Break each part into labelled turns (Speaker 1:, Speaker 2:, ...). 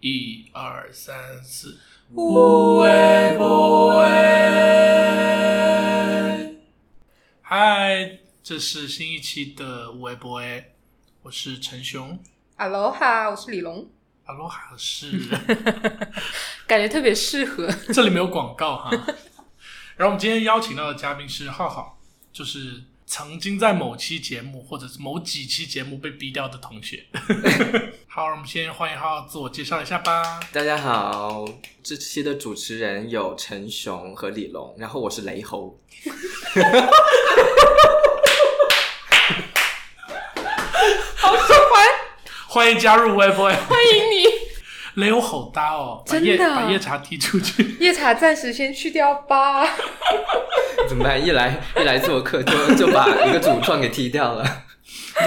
Speaker 1: 一二三四，
Speaker 2: 无为不为。
Speaker 1: 嗨，这是新一期的无微博哎，我是陈雄，
Speaker 2: 哈喽哈，我是李龙，
Speaker 1: 阿罗哈是，
Speaker 2: 感觉特别适 合。
Speaker 1: 这里没有广告哈。然后我们今天邀请到的嘉宾是浩浩，就是曾经在某期节目或者是某几期节目被逼掉的同 学。好，我们先欢迎浩浩自我介绍一下吧。
Speaker 3: 大家好，这期的主持人有陈雄和李龙，然后我是雷猴。
Speaker 2: 好喜欢，
Speaker 1: 欢迎加入无微博哎，
Speaker 2: 欢迎你。
Speaker 1: 雷欧好搭哦，把
Speaker 2: 真
Speaker 1: 夜
Speaker 2: 的啊
Speaker 1: 把夜茶踢出去。
Speaker 2: 夜茶暂时先去掉吧。
Speaker 3: 怎么办？一来 一来做客就就把一个主创给踢掉了。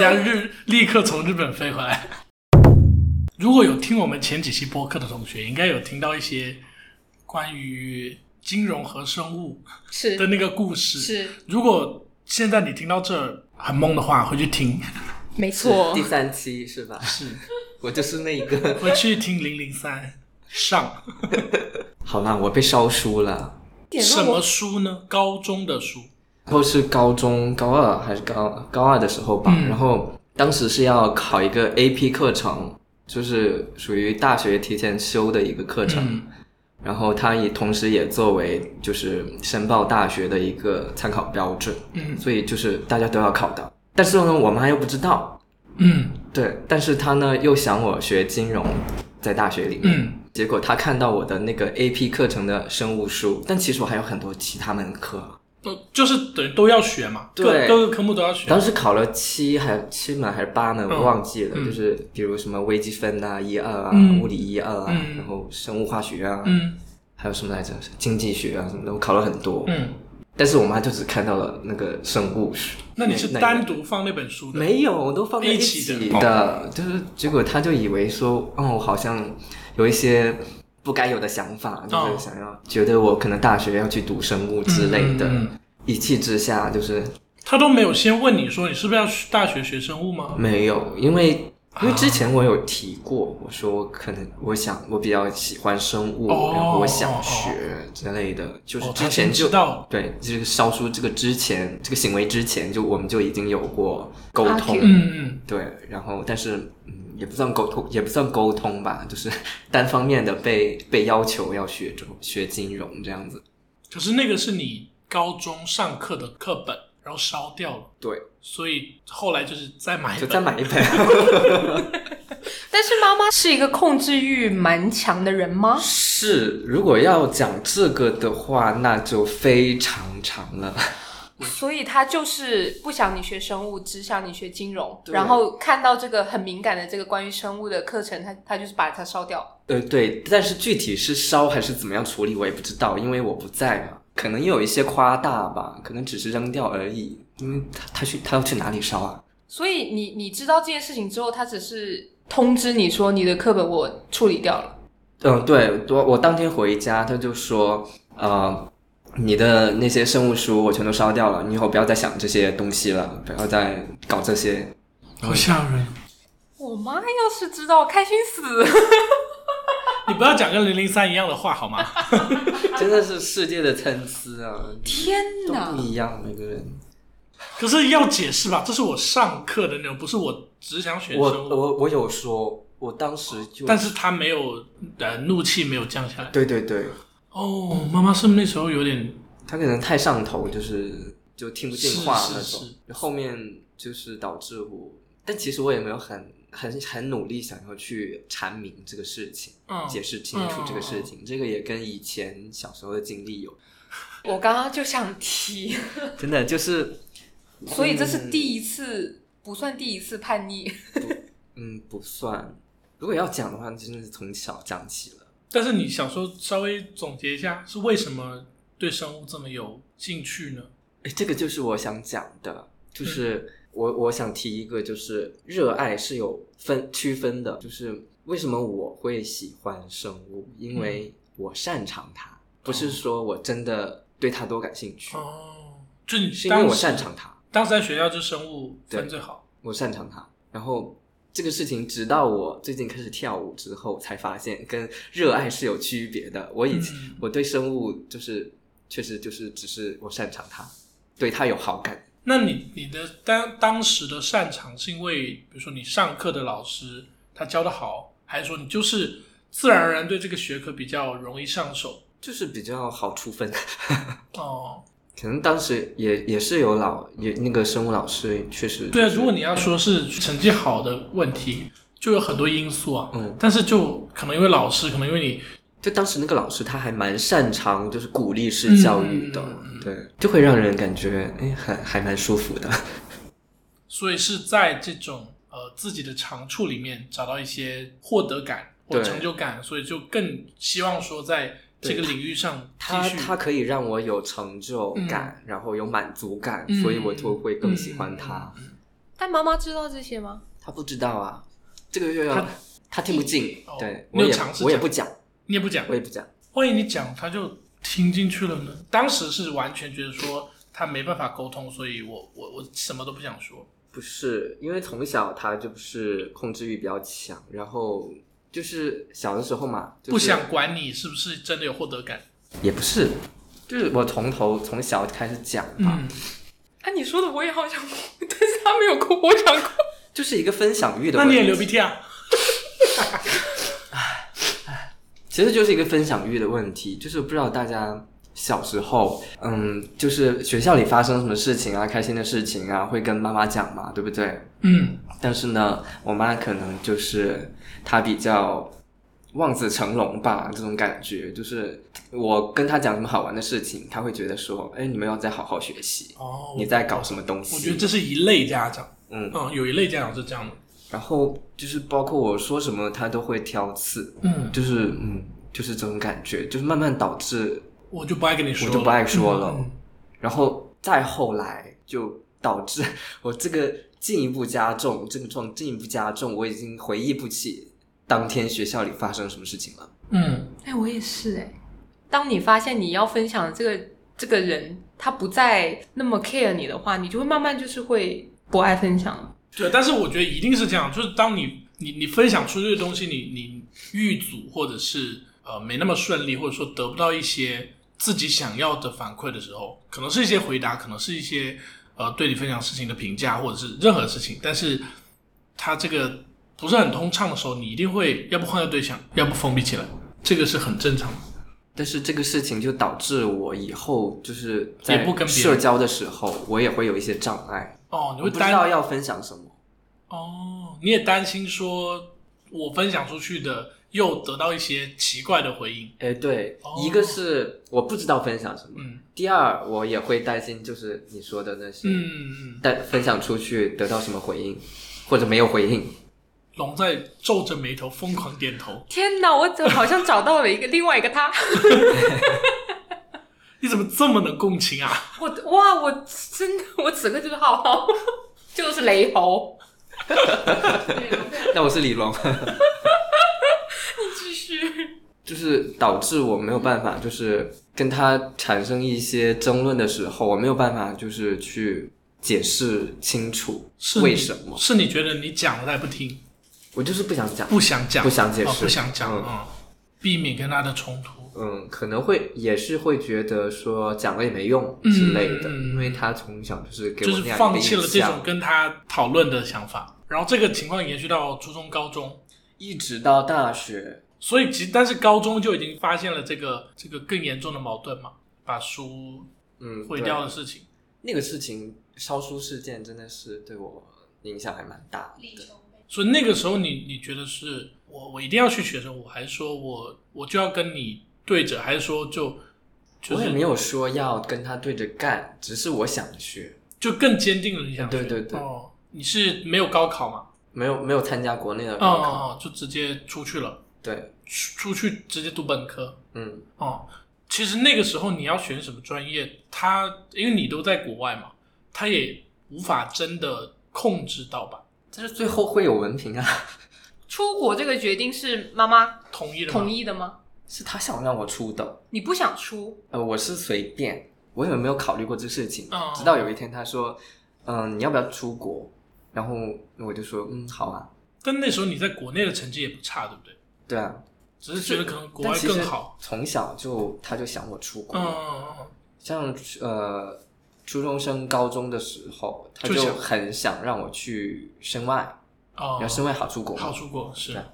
Speaker 1: 人家 日立刻从日本飞回来。如果有听我们前几期播客的同学，应该有听到一些关于金融和生物
Speaker 2: 是
Speaker 1: 的那个故事。，
Speaker 2: 是，
Speaker 1: 如果现在你听到这儿很懵的话，回去 听，
Speaker 2: 没错
Speaker 3: 第。三期是吧？
Speaker 1: 是
Speaker 3: 我就是那一个。
Speaker 1: 回去听零零三上
Speaker 3: 好啦，我被烧书了。
Speaker 2: 点
Speaker 1: 什
Speaker 2: 让
Speaker 1: 么
Speaker 2: 我
Speaker 1: 书呢？高中的书，
Speaker 3: 然后是高中高二还是高高二的时候吧，
Speaker 1: 嗯
Speaker 3: 然后当时是要考一个 AP 课程，就是属于大学提前修的一个课程。
Speaker 1: 嗯
Speaker 3: 然后它也同时也作为就是申报大学的一个参考标准，
Speaker 1: 嗯
Speaker 3: 所以就是大家都要考到。但是呢，我妈又不知道，
Speaker 1: 嗯
Speaker 3: 对，但是她呢又想我学金融，在大学里面，
Speaker 1: 嗯
Speaker 3: 结果她看到我的那个 AP 课程的生物书，但其实我还有很多其他门课，啊
Speaker 1: 都就是等于都要学嘛，各
Speaker 3: 对
Speaker 1: 各个科目都要学
Speaker 3: 当。时考了七还七门还是八门，
Speaker 1: 嗯
Speaker 3: 我忘记了，
Speaker 1: 嗯
Speaker 3: 就是比如什么微积分啊、一二啊、
Speaker 1: 嗯
Speaker 3: 物理一二啊，
Speaker 1: 嗯
Speaker 3: 然后生物化学啊，
Speaker 1: 嗯
Speaker 3: 还有什么来着，经济学啊什么的，我考了很多，
Speaker 1: 嗯，
Speaker 3: 但是我妈就只看到了那个生物书，
Speaker 1: 那你是
Speaker 3: 那
Speaker 1: 单独放那本书的？
Speaker 3: 没有，我都放在
Speaker 1: 一
Speaker 3: 起
Speaker 1: 起的
Speaker 3: 就是结果她就以为说，哦，我好像有一些不该有的想法，就是想要、觉得我可能大学要去读生物之类的，
Speaker 1: 嗯嗯嗯
Speaker 3: 一气之下就是
Speaker 1: 他都没有先问你说你是不是要大学学生物吗？
Speaker 3: 没有，因为。因为之前我有提过，我说我可能我想我比较喜欢生物，
Speaker 1: 哦
Speaker 3: 然后我想学之类的，就是
Speaker 1: 哦
Speaker 3: 之前
Speaker 1: 他先
Speaker 3: 就
Speaker 1: 知道
Speaker 3: 对，这个烧书这个之前这个行为之前就我们就已经有过沟
Speaker 2: 啊
Speaker 3: 通，
Speaker 2: 可以
Speaker 1: 嗯嗯，
Speaker 3: 对，然后但是嗯，也不算沟通，也不算沟通吧，就是 单方面的被被要求要学中学金融这样子。
Speaker 1: 可是那个是你高中上课的课本，然后烧掉了，
Speaker 3: 对，
Speaker 1: 所以后来就是再买一
Speaker 3: 就
Speaker 1: 本。
Speaker 3: 再买一本。
Speaker 2: 但是妈妈是一个控制欲蛮强的人吗？
Speaker 3: 是，如果要讲这个的话，那就非常长了。
Speaker 2: 所以她就是不想你学生物，只想你学金融。
Speaker 3: 对
Speaker 2: 然后看到这个很敏感的这个关于生物的课程，她她就是把它烧掉。
Speaker 3: 呃，对，但是具体是烧还是怎么样处理，我也不知道，因为我不在嘛。可能也有一些夸大吧，可能只是扔掉而已。因为他他去他要去哪里烧啊？
Speaker 2: 所以你你知道这件事情之后，她只是通知你说你的课本我处理掉了。
Speaker 3: 嗯，对，我我当天回家，他就说，呃，你的那些生物书我全都烧掉了，你以后不要再想这些东西了，不要再搞这些。
Speaker 1: 好吓人！
Speaker 2: 我妈要是知道，开心死。
Speaker 1: 你不要讲跟零零三一样的话好 吗？
Speaker 3: 真的是世界的参差啊，
Speaker 2: 天
Speaker 3: 都
Speaker 2: 哪
Speaker 3: 不！一样，每个人。
Speaker 1: 可是要解释吧，这是我上课的内容，不是我只想选
Speaker 3: 我
Speaker 1: 生物。
Speaker 3: 我我有说，我当时就，
Speaker 1: 但是他没有，呃，怒气没有降下来。
Speaker 3: 对对对，
Speaker 1: 哦，妈妈是不是那时候有点，
Speaker 3: 他可能太上头，就是就听不进话那
Speaker 1: 是
Speaker 3: 种。
Speaker 1: 是
Speaker 3: 后面就是导致我，但其实我也没有很很很努力想要去阐明这个事情。
Speaker 1: 嗯，
Speaker 3: 解释清楚这个事
Speaker 2: 嗯
Speaker 3: 情。这个也跟以前小时候的经历有，
Speaker 2: 我刚刚就想提，
Speaker 3: 真的就是，
Speaker 2: 所以这是第一次，不算第一次叛逆。
Speaker 3: 嗯，不算。如果要讲的话，真的是从小讲起了。
Speaker 1: 但是你想说稍微总结一下，是为什么对生物这么有兴趣呢？
Speaker 3: 哎，这个就是我想讲的，
Speaker 1: 嗯
Speaker 3: 就是我我想提一个，就是热爱是有分区分的，就是为什么我会喜欢生物，因
Speaker 1: 嗯
Speaker 3: 为我擅长它，不是说我真的对它多感兴趣，
Speaker 1: 哦，就你
Speaker 3: 是因为我
Speaker 1: 当时
Speaker 3: 擅长它。
Speaker 1: 当时在学校就生物分
Speaker 3: 对
Speaker 1: 最好，
Speaker 3: 我擅长它。然后这这个事情直到我最近开始跳舞之后才发现，跟热爱是有区别的。我以前、
Speaker 1: 嗯
Speaker 3: 我对生物就是确实就是只是我擅长它，对它有好感。
Speaker 1: 那你你的当当时的擅长是因为，比如说你上课的老师他教的好，还是说你就是自然而然对这个学科比较容易上手？
Speaker 3: 就是比较好出分，
Speaker 1: 哦，
Speaker 3: 可能当时也也是有老也那个生物老师确实、
Speaker 1: 对啊，如果你要说是成绩好的问题，就有很多因素啊。
Speaker 3: 嗯，
Speaker 1: 但是就可能因为老师，可能因为你
Speaker 3: 就当时那个老师他还蛮擅长就是鼓励式教育的，
Speaker 1: 嗯嗯嗯
Speaker 3: 对，就会让人感觉哎还还蛮舒服的。
Speaker 1: 所以是在这种呃自己的长处里面找到一些获得感或
Speaker 3: 对
Speaker 1: 成就感，所以就更希望说在这个领域上继
Speaker 3: 他
Speaker 1: 续。
Speaker 3: 他可以让我有成就感，然后有满足感，
Speaker 1: 嗯
Speaker 3: 所以我就会更喜欢他。
Speaker 2: 但妈妈知道这些吗？
Speaker 3: 他不知道啊，这个又要
Speaker 1: 他
Speaker 3: 他听不进，
Speaker 1: 哦
Speaker 3: 对
Speaker 1: 没
Speaker 3: 我
Speaker 1: 有
Speaker 3: 也
Speaker 1: 尝试
Speaker 3: 我也
Speaker 1: 讲
Speaker 3: 不讲，
Speaker 1: 你也不讲
Speaker 3: 我，也不讲。
Speaker 1: 万一你讲他就听进去了呢？当时是完全觉得说他没办法沟通，所以我我我什么都不想说。
Speaker 3: 不是，因为从小他就是控制欲比较强，然后就是小的时候嘛，就是、
Speaker 1: 不想管你是不是真的有获得感，
Speaker 3: 也不是，就是我从头从小开始讲嘛，
Speaker 1: 嗯，
Speaker 2: 啊，你说的我也好想哭， 但是他没有哭，我想哭。
Speaker 3: 就是一个分享欲的
Speaker 1: 那
Speaker 3: 问
Speaker 1: 你
Speaker 3: 题。
Speaker 1: 也流鼻涕啊？
Speaker 3: 其实就是一个分享欲的问题，就是不知道大家小时候，嗯，就是学校里发生什么事情啊，开心的事情啊，会跟妈妈讲嘛，对不对？
Speaker 1: 嗯，
Speaker 3: 但是呢，我妈可能就是她比较望子成龙吧，这种感觉，就是我跟她讲什么好玩的事情，她会觉得说，哎，你们要再好好学习，
Speaker 1: 哦，
Speaker 3: 你在搞什么东西？
Speaker 1: 我觉得这是一类家长，
Speaker 3: 嗯，
Speaker 1: 嗯，有一类家长是这样的，
Speaker 3: 然后就是包括我说什么，她都会挑刺，
Speaker 1: 嗯，
Speaker 3: 就是嗯，就是这种感觉，就是慢慢导致
Speaker 1: 我就不爱跟你说
Speaker 3: 我
Speaker 1: 了，
Speaker 3: 就不爱说了。
Speaker 1: 嗯
Speaker 3: 然后再后来就导致 我这个进一步加重，症状进一步加重，我已经回忆不起当天学校里发生什么事情了。
Speaker 1: 嗯，
Speaker 2: 哎，我也是哎。当你发现你要分享的这个这个人他不再那么 care 你的话，你就会慢慢就是会不爱分享了。
Speaker 1: 对，但是我觉得一定是这样，就是当你你你分享出这个东西，你你遇阻或者是呃没那么顺利，或者说得不到一些自己想要的反馈的时候，可能是一些回答，可能是一些呃对你分享事情的评价，或者是任何事情，但是它这个不是很通畅的时候，你一定会要不换个对象，要不封闭起来，这个是很正常的。
Speaker 3: 但是这个事情就导致我以后就是
Speaker 1: 也
Speaker 3: 在
Speaker 1: 不跟别人
Speaker 3: 社交的时候，我也会有一些障碍，
Speaker 1: 哦，你
Speaker 3: 我
Speaker 1: 会
Speaker 3: 不知道
Speaker 1: 担
Speaker 3: 要分享什么。
Speaker 1: 哦，你也担心说我分享出去的又得到一些奇怪的回应，
Speaker 3: 哎，对，
Speaker 1: 哦
Speaker 3: 一个是我不知道分享什么，
Speaker 1: 嗯
Speaker 3: 第二我也会担心，就是你说的那些，
Speaker 1: 嗯嗯。
Speaker 3: 但分享出去得到什么回应，或者没有回应。
Speaker 1: 龙在皱着眉头疯狂点头。
Speaker 2: 天哪，我怎么好像找到了一个另外一个他？
Speaker 1: 你怎么这么能共情啊？
Speaker 2: 我哇，我真的，我此刻就是浩浩， 就是雷猴。
Speaker 3: 那我是李龙。
Speaker 2: 继续。
Speaker 3: 就是导致我没有办法，就是跟他产生一些争论的时候，我没有办法就是去解释清楚
Speaker 1: 是你
Speaker 3: 为什么，
Speaker 1: 是你觉得你讲了他也不听，
Speaker 3: 我就是不想讲，
Speaker 1: 不想讲，
Speaker 3: 不想解释
Speaker 1: 哦不想讲
Speaker 3: 嗯
Speaker 1: 啊、避免跟他的冲突。
Speaker 3: 嗯，可能会也是会觉得说讲了也没用之类的，
Speaker 1: 嗯嗯嗯
Speaker 3: 因为他从小就是给
Speaker 1: 就
Speaker 3: 我
Speaker 1: 是
Speaker 3: 那样
Speaker 1: 放
Speaker 3: 一个
Speaker 1: 弃了
Speaker 3: 印
Speaker 1: 这种
Speaker 3: 象，
Speaker 1: 跟他讨论的想法，然后这个情况延续到初中、高中，
Speaker 3: 一直到大学，
Speaker 1: 所以其实但是高中就已经发现了这个这个更严重的矛盾嘛，把书
Speaker 3: 嗯，
Speaker 1: 毁掉的
Speaker 3: 对
Speaker 1: 事情。
Speaker 3: 那个事情，烧书事件真的是对我影响还蛮大的，
Speaker 1: 所以那个时候你你觉得是我我一定要去学生，我还是说我我就要跟你对着，还是说就就
Speaker 3: 我也
Speaker 1: 是
Speaker 3: 没有说要跟他对着干，只是我想学，
Speaker 1: 就更坚定了你想学
Speaker 3: 对对对
Speaker 1: 哦，你是没有高考嘛？
Speaker 3: 没有没有参加国内的
Speaker 1: 哦
Speaker 3: 高
Speaker 1: 哦
Speaker 3: 考，
Speaker 1: 哦，就直接出去了，
Speaker 3: 对。
Speaker 1: 出出去直接读本科
Speaker 3: 嗯，
Speaker 1: 哦。其实那个时候你要选什么专业，他因为你都在国外嘛，他也无法真的控制到吧？
Speaker 3: 但是最后会有文凭啊，
Speaker 2: 出国这个决定是妈妈
Speaker 1: 同意了吗？
Speaker 2: 同意的吗？
Speaker 3: 是他想让我出的，
Speaker 2: 你不想出，
Speaker 3: 呃，我是随便，我也没有考虑过这事情，
Speaker 1: 嗯
Speaker 3: 直到有一天他说，嗯、你要不要出国？然后我就说，嗯，好啊。
Speaker 1: 但那时候你在国内的成绩也不差，对不对？
Speaker 3: 对啊，
Speaker 1: 只是觉得可能国
Speaker 3: 但
Speaker 1: 外
Speaker 3: 其
Speaker 1: 更
Speaker 3: 实
Speaker 1: 好。
Speaker 3: 从小就他就想我出国，
Speaker 1: 嗯嗯嗯
Speaker 3: 像呃初中升高中的时候，他
Speaker 1: 就
Speaker 3: 就
Speaker 1: 想
Speaker 3: 很想让我去深外，
Speaker 1: 哦
Speaker 3: 然后，深外好出国嘛，
Speaker 1: 好出国是
Speaker 3: 对。
Speaker 1: 嗯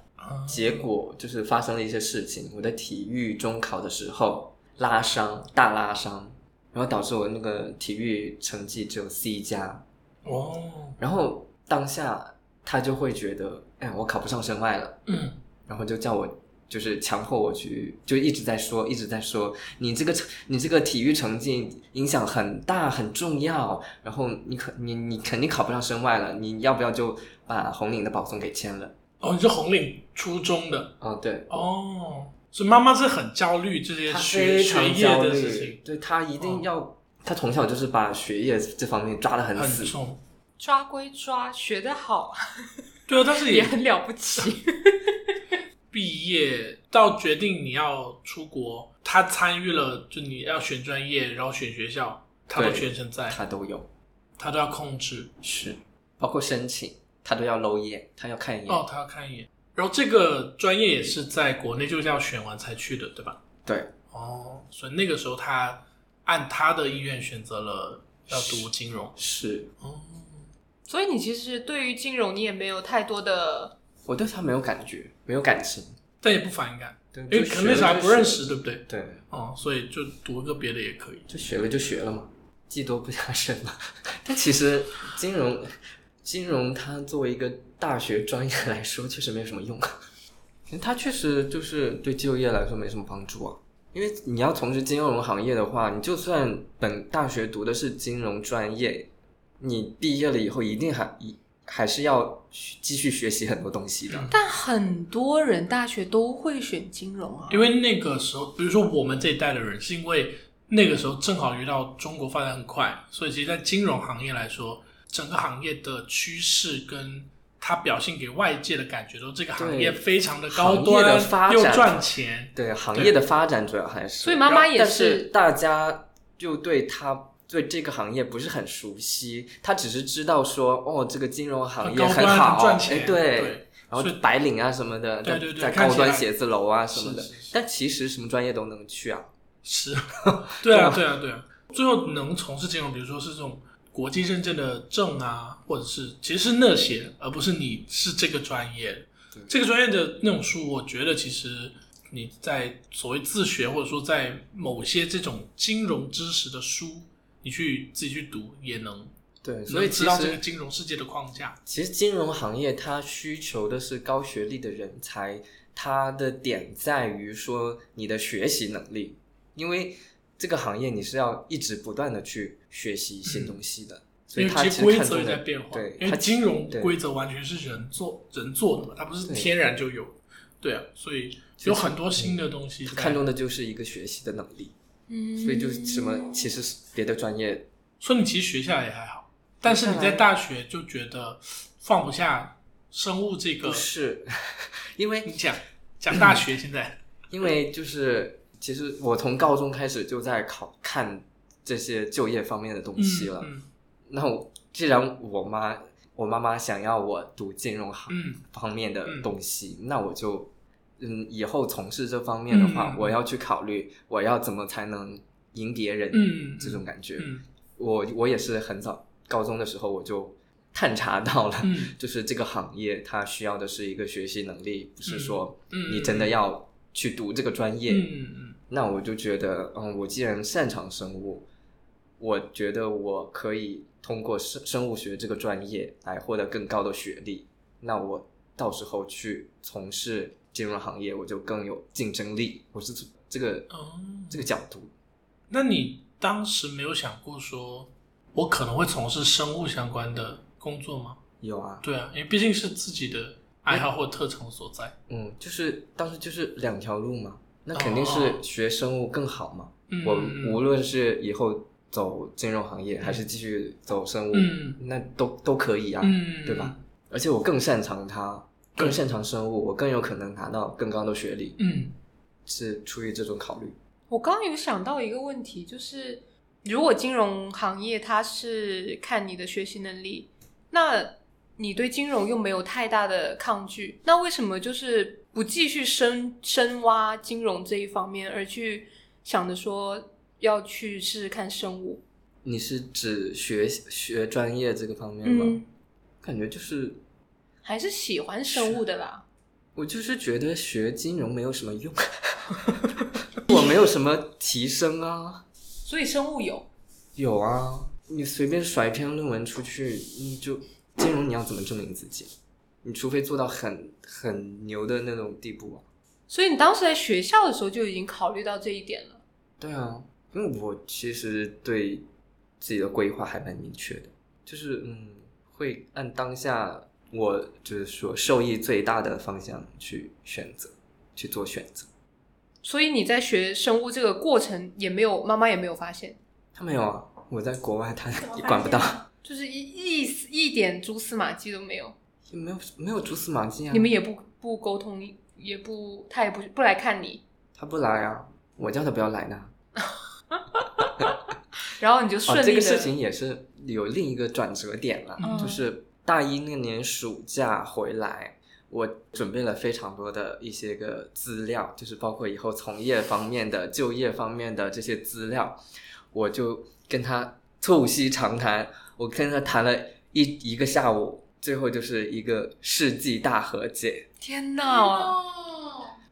Speaker 3: 结果就是发生了一些事情，我的体育中考的时候拉伤，大拉伤，然后导致我那个体育成绩只有 C 加，
Speaker 1: 哦，
Speaker 3: 然后当下他就会觉得，哎，我考不上生外了，
Speaker 1: 嗯，
Speaker 3: 然后就叫我。就是强迫我去，就一直在说，一直在说，你这个成你这个体育成绩影响很大，很重要。然后你可你你肯定考不上生外了，你要不要就把红岭的保送给签了？
Speaker 1: 哦，你是红岭初中的
Speaker 3: 哦，对，
Speaker 1: 哦，所以妈妈是很焦虑这些
Speaker 3: 他
Speaker 1: 学
Speaker 3: 非
Speaker 1: 学
Speaker 3: 常
Speaker 1: 业
Speaker 3: 焦
Speaker 1: 的
Speaker 3: 虑，
Speaker 1: 事情，嗯
Speaker 3: 对他一定要，他从小就是把学业这方面抓得很
Speaker 1: 很
Speaker 3: 死。
Speaker 1: 重。
Speaker 2: 抓归抓，学得好
Speaker 1: 对啊，但是
Speaker 2: 也
Speaker 1: 也
Speaker 2: 很了不起。
Speaker 1: 毕业到决定你要出国，他参与了，就你要选专业，然后选学校，他都
Speaker 3: 对
Speaker 1: 全程在，
Speaker 3: 他都有，
Speaker 1: 他都要控制。
Speaker 3: 是包括申请，他都要搂眼，他要看一眼。
Speaker 1: 哦，他要看一眼。然后这个专业也是在国内就是要选完才去的，对吧？
Speaker 3: 对，
Speaker 1: 哦，所以那个时候他按他的意愿选择了要读金融。
Speaker 3: 是
Speaker 1: 哦，
Speaker 2: 所以你其实对于金融，你也没有太多的
Speaker 3: 我对他没有感觉，没有感情，
Speaker 1: 但也不反感，
Speaker 3: 对，
Speaker 1: 因为
Speaker 3: 就
Speaker 1: 可能
Speaker 3: 学
Speaker 1: 那时候
Speaker 3: 了
Speaker 1: 还
Speaker 3: 就
Speaker 1: 不认
Speaker 3: 学
Speaker 1: 识，
Speaker 3: 了
Speaker 1: 对不对？
Speaker 3: 对，
Speaker 1: 哦，所以就读个别的也可以。
Speaker 3: 就学了就学了嘛，技多不压身嘛。 但其实金融，金融它作为一个大学专业来说，确实没有什么用。啊它确实就是对就业来说没什么帮助啊。因为你要从事金融行业的话，你就算本大学读的是金融专业，你毕业了以后一定还一还是要学继续学习很多东西的。
Speaker 2: 但很多人大学都会选金融啊，
Speaker 1: 因为那个时候，比如说我们这一代的人，是因为那个时候正好遇到中国发展很快，所以其实，在金融行业来说，整个行业的趋势跟它表现给外界的感觉，都这个行业
Speaker 3: 对
Speaker 1: 非常的高
Speaker 3: 行业的
Speaker 1: 端，
Speaker 3: 发展
Speaker 1: 又赚钱。
Speaker 3: 对行业的发展主要还是，
Speaker 2: 所以妈妈也
Speaker 3: 但
Speaker 2: 是
Speaker 3: 是大家就对他对这个行业不是很熟悉，他只是知道说哦，这个金融行业
Speaker 1: 高端
Speaker 3: 好，
Speaker 1: 赚钱
Speaker 3: 哎
Speaker 1: 对
Speaker 3: 对，
Speaker 1: 所
Speaker 3: 然
Speaker 1: 以
Speaker 3: 后白领啊什么的，
Speaker 1: 对对对
Speaker 3: 在
Speaker 1: 看
Speaker 3: 高
Speaker 1: 起来
Speaker 3: 端写字楼啊什么的
Speaker 1: 是是是，
Speaker 3: 但其实什么专业都能去啊，
Speaker 1: 是，对啊，对啊，对啊。最后能从事金融，比如说是这种国际认证的证啊，或者是其实是那些，而不是你是这个专业的
Speaker 3: 对
Speaker 1: 这个专业的那种书，我觉得其实你在所谓自学，或者说在某些这种金融知识的书，你去自己去读，也能
Speaker 3: 对，所以
Speaker 1: 能知
Speaker 3: 其
Speaker 1: 道这个
Speaker 3: 实
Speaker 1: 金融世界的框架。
Speaker 3: 其实金融行业它需求的是高学历的人才，它的点在于说你的学习能力，因为这个行业你是要一直不断的去学习新东西的，所
Speaker 1: 嗯
Speaker 3: 以
Speaker 1: 因为
Speaker 3: 它
Speaker 1: 其
Speaker 3: 其
Speaker 1: 实
Speaker 3: 实
Speaker 1: 规
Speaker 3: 看
Speaker 1: 则
Speaker 3: 重
Speaker 1: 也在
Speaker 3: 的
Speaker 1: 变化，
Speaker 3: 对，
Speaker 1: 因
Speaker 3: 它
Speaker 1: 为金融
Speaker 3: 对
Speaker 1: 规则完全是人做人做的嘛，它不是
Speaker 3: 对
Speaker 1: 天然就有，对啊，所以有很多新的东西在。
Speaker 3: 它嗯看重的就是一个学习的能力，
Speaker 2: 嗯，
Speaker 3: 所以就是什么，其实是别的专业
Speaker 1: 所以你其实学下来也还好，但是你在大学就觉得放不下生物这个
Speaker 3: 不。是， 因为
Speaker 1: 你讲讲大学现在，
Speaker 3: 因为就是，其实我从高中开始就在考看这些就业方面的东
Speaker 1: 嗯
Speaker 3: 西了。
Speaker 1: 嗯
Speaker 3: 那我既然我妈，我妈妈想要我读金融行
Speaker 1: 嗯
Speaker 3: 方
Speaker 1: 嗯
Speaker 3: 面的东西，那我就，嗯，以后从事这方面的话，
Speaker 1: 嗯嗯
Speaker 3: 我要去考虑我要怎么才能赢别人，
Speaker 1: 嗯
Speaker 3: 这种感觉。
Speaker 1: 嗯
Speaker 3: 我我也是很早高中的时候我就探查到了，
Speaker 1: 嗯
Speaker 3: 就是这个行业它需要的是一个学习能力，不是说
Speaker 1: 嗯
Speaker 3: 你真的要去读这个专业。
Speaker 1: 嗯嗯，
Speaker 3: 那我就觉得，嗯，我既然擅长生物，我觉得我可以通过生生物学这个专业来获得更高的学历。那我到时候去从事金融行业，我就更有竞争力。我是从这个
Speaker 1: 哦，
Speaker 3: 这个角度，
Speaker 1: 那你当时没有想过说，我可能会从事生物相关的工作吗？
Speaker 3: 有啊，
Speaker 1: 对啊，因为毕竟是自己的爱好或特长所在。
Speaker 3: 嗯，就是当时就是两条路嘛，那肯定是学生物更好嘛。
Speaker 1: 哦嗯，
Speaker 3: 我
Speaker 1: 嗯
Speaker 3: 无论是以后走金融行业，还是继续走生物，
Speaker 1: 嗯
Speaker 3: 那都都可以啊。
Speaker 1: 嗯，
Speaker 3: 对吧？而且我更擅长它，更擅长生物，我更有可能拿到更高的学历，
Speaker 1: 嗯
Speaker 3: 是出于这种考虑。
Speaker 2: 我刚刚有想到一个问题，就是如果金融行业它是看你的学习能力，那你对金融又没有太大的抗拒，那为什么就是不继续深深挖金融这一方面，而去想着说要去试试看生物？
Speaker 3: 你是指学学专业这个方面吗？
Speaker 2: 嗯，
Speaker 3: 感觉就是
Speaker 2: 还是喜欢生物的啦。
Speaker 3: 我就是觉得学金融没有什么用， 我没有什么提升啊。
Speaker 2: 所以生物有，
Speaker 3: 有啊，你随便甩一篇论文出去，你就金融你要怎么证明自己？你除非做到很很牛的那种地步啊。
Speaker 2: 所以你当时在学校的时候就已经考虑到这一点了。
Speaker 3: 对啊，因为我其实对自己的规划还蛮明确的，就是嗯，会按当下我就是说受益最大的方向去选择，去做选择。
Speaker 2: 所以你在学生物这个过程也没有，妈妈也没有发现，
Speaker 3: 他没有啊，我在国外他也管不到，
Speaker 2: 就是一一丝一点蛛丝马迹都没有。
Speaker 3: 也没有没有蛛丝马
Speaker 1: 嗯
Speaker 3: 迹啊。
Speaker 2: 你们也不不沟通，也不，他也不不来看你，
Speaker 3: 他不来啊，我叫他不要来呢。
Speaker 2: 然后你就顺
Speaker 3: 哦，
Speaker 2: 利的、
Speaker 3: 这个事情也是有另一个转折点了，
Speaker 2: 嗯
Speaker 3: 就是大一那年暑假回来，我准备了非常多的一些个资料，就是包括以后从业方面的、就业方面的这些资料，我就跟他促膝长谈，我跟他谈了一一个下午，最后就是一个世纪大和解，
Speaker 1: 哦
Speaker 2: 天哪！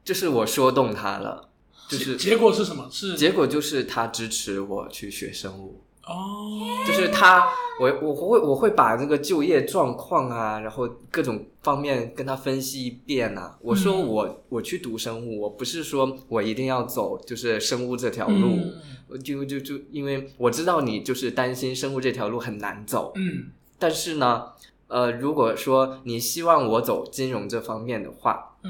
Speaker 3: 就是我说动他了，就是
Speaker 1: 结果是什么？是
Speaker 3: 结果就是他支持我去学生物。
Speaker 1: 哦，
Speaker 3: 就是他，我我会我会把这个就业状况啊，然后各种方面跟他分析一遍啊。我说
Speaker 1: 嗯
Speaker 3: 我、我去读生物，我不是说我一定要走就是生物这条路，
Speaker 1: 嗯
Speaker 3: 我就就就因为我知道你就是担心生物这条路很难走，
Speaker 1: 嗯
Speaker 3: 但是呢，呃，如果说你希望我走金融这方面的话，
Speaker 1: 嗯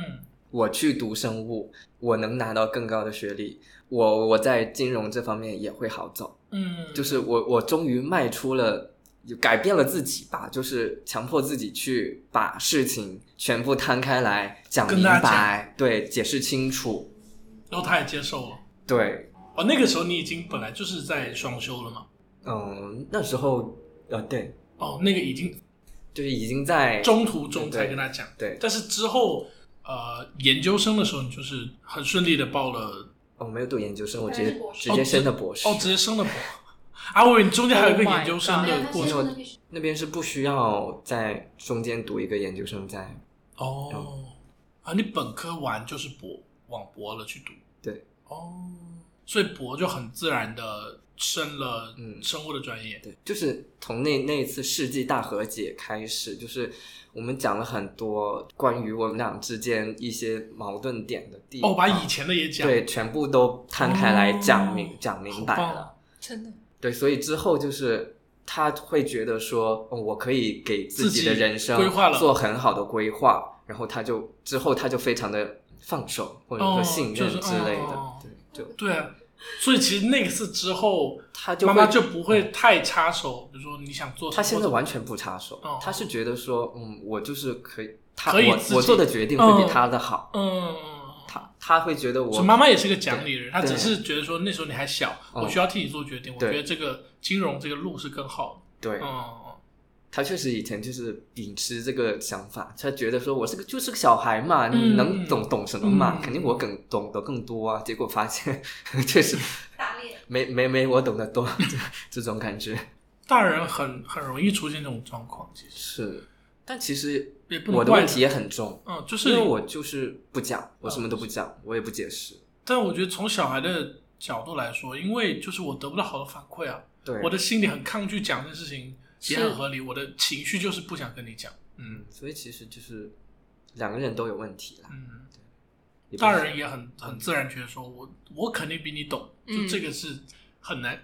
Speaker 3: 我去读生物，我能拿到更高的学历，我我在金融这方面也会好走。
Speaker 1: 嗯，
Speaker 3: 就是我我终于迈出了，就改变了自己吧，就是强迫自己去把事情全部摊开来讲
Speaker 1: 跟
Speaker 3: 明
Speaker 1: 大家
Speaker 3: 白，对，解释清楚，
Speaker 1: 然后他也接受了。
Speaker 3: 对，
Speaker 1: 哦，那个时候你已经本来就是在双休了嘛？
Speaker 3: 嗯，那时候呃，对，
Speaker 1: 哦，那个已经
Speaker 3: 就是已经在
Speaker 1: 中途中才跟他讲，
Speaker 3: 对，
Speaker 1: 但是之后呃研究生的时候，你就是很顺利的报了，
Speaker 3: 我、哦没有读研究生，我直
Speaker 4: 他
Speaker 3: 接
Speaker 4: 是博士
Speaker 3: 直接升的博士，
Speaker 1: 哦，直接升了博。啊，我以为你中间还有一个
Speaker 2: Oh my
Speaker 1: 研究生的过
Speaker 4: 过
Speaker 1: 程
Speaker 4: 程
Speaker 3: 那边是不需要在中间读一个研究生在，
Speaker 1: 哦，啊，你本科完就是博往博了去读，
Speaker 3: 对，
Speaker 1: 哦，所以博就很自然的升了
Speaker 3: 嗯
Speaker 1: 生物的专业，
Speaker 3: 对，就是从那那一次世纪大和解开始，就是我们讲了很多关于我们俩之间一些矛盾点的地
Speaker 1: 哦，
Speaker 3: 方，
Speaker 1: 我把以前的也讲，
Speaker 3: 对全部都摊开来讲明、
Speaker 1: 哦
Speaker 3: 讲
Speaker 1: 好
Speaker 3: 明白
Speaker 1: 棒
Speaker 3: 了。
Speaker 1: 哦，
Speaker 2: 真的，
Speaker 3: 对，所以之后就是他会觉得说，哦、我可以给自己的
Speaker 1: 自己
Speaker 3: 人生
Speaker 1: 规划了
Speaker 3: 做很好的规划，然后他就之后他就非常的放手，或者说
Speaker 1: 哦
Speaker 3: 信
Speaker 1: 就
Speaker 3: 任
Speaker 1: 是
Speaker 3: 之类的，
Speaker 1: 哦
Speaker 3: 对，就
Speaker 1: 对啊，所以其实那次之后，
Speaker 3: 他就
Speaker 1: 妈妈
Speaker 3: 会
Speaker 1: 就不会太插手，比如说你想做什么，
Speaker 3: 他现在
Speaker 1: 或者
Speaker 3: 完全不插手，
Speaker 1: 哦
Speaker 3: 他是觉得说，嗯，我就是可以，他
Speaker 1: 可以
Speaker 3: 我
Speaker 1: 自己
Speaker 3: 我做的决定会
Speaker 1: 嗯
Speaker 3: 比他的好，
Speaker 1: 嗯。
Speaker 3: 他他会觉得我
Speaker 1: 所以妈妈也是个讲理人，她只
Speaker 3: 对
Speaker 1: 是觉得说那时候你还小，
Speaker 3: 哦
Speaker 1: 我需要替你做决定。我觉
Speaker 3: 对
Speaker 1: 得这个金融这个路是更好
Speaker 3: 对
Speaker 1: 的。嗯，
Speaker 3: 他确实以前就是秉持这个想法，他觉得说我是个就是个小孩嘛，
Speaker 1: 嗯
Speaker 3: 你能懂懂什么嘛？
Speaker 1: 嗯
Speaker 3: 肯定我更懂得更多啊。结果发现确实
Speaker 4: 打脸，
Speaker 3: 没没没我懂得多， 这这种 感觉
Speaker 1: 大人很很容易出现这种状况，其实
Speaker 3: 是。但其实
Speaker 1: 也不能
Speaker 3: 我的
Speaker 1: 怪
Speaker 3: 问题
Speaker 1: 他
Speaker 3: 也很重，
Speaker 1: 嗯，就是嗯
Speaker 3: 因为我就是不讲，我什么都不讲，我也不解释。
Speaker 1: 但我觉得从小孩的角度来说，因为就是我得不到好的反馈啊，
Speaker 3: 对，
Speaker 1: 我的心里很抗拒讲这件事情，也
Speaker 2: 是
Speaker 1: 很合理。我的情绪就是不想跟你讲。嗯
Speaker 3: 所以其实就是两个人都有问题啦。
Speaker 1: 嗯，
Speaker 3: 也不是
Speaker 1: 大人也很很自然觉得说我我肯定比你懂，就
Speaker 2: 嗯
Speaker 1: 这个是很难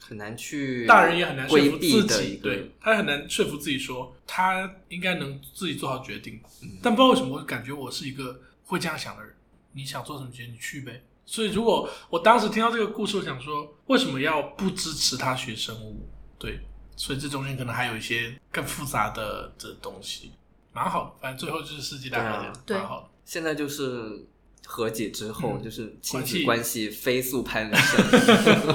Speaker 3: 很难去，
Speaker 1: 大人也很难说
Speaker 3: 规
Speaker 1: 服
Speaker 3: 避
Speaker 1: 自
Speaker 3: 的一
Speaker 1: 己，
Speaker 3: 个
Speaker 1: 对他也很难说服自己说他应该能自己做好决定。
Speaker 3: 嗯
Speaker 1: 但不知道为什么，我感觉我是一个会这样想的人。你想做什么决定，你去呗。所以，如果我当时听到这个故事，我想说，为什么要不支持他学生物？对，所以这中间可能还有一些更复杂的的东西，蛮好的。反正最后就是世纪大和解，
Speaker 2: 对啊
Speaker 1: 蛮好的。
Speaker 3: 现在就是和解之后，
Speaker 1: 嗯
Speaker 3: 就是亲
Speaker 1: 关系
Speaker 3: 子关系飞速攀升。
Speaker 4: 天哪，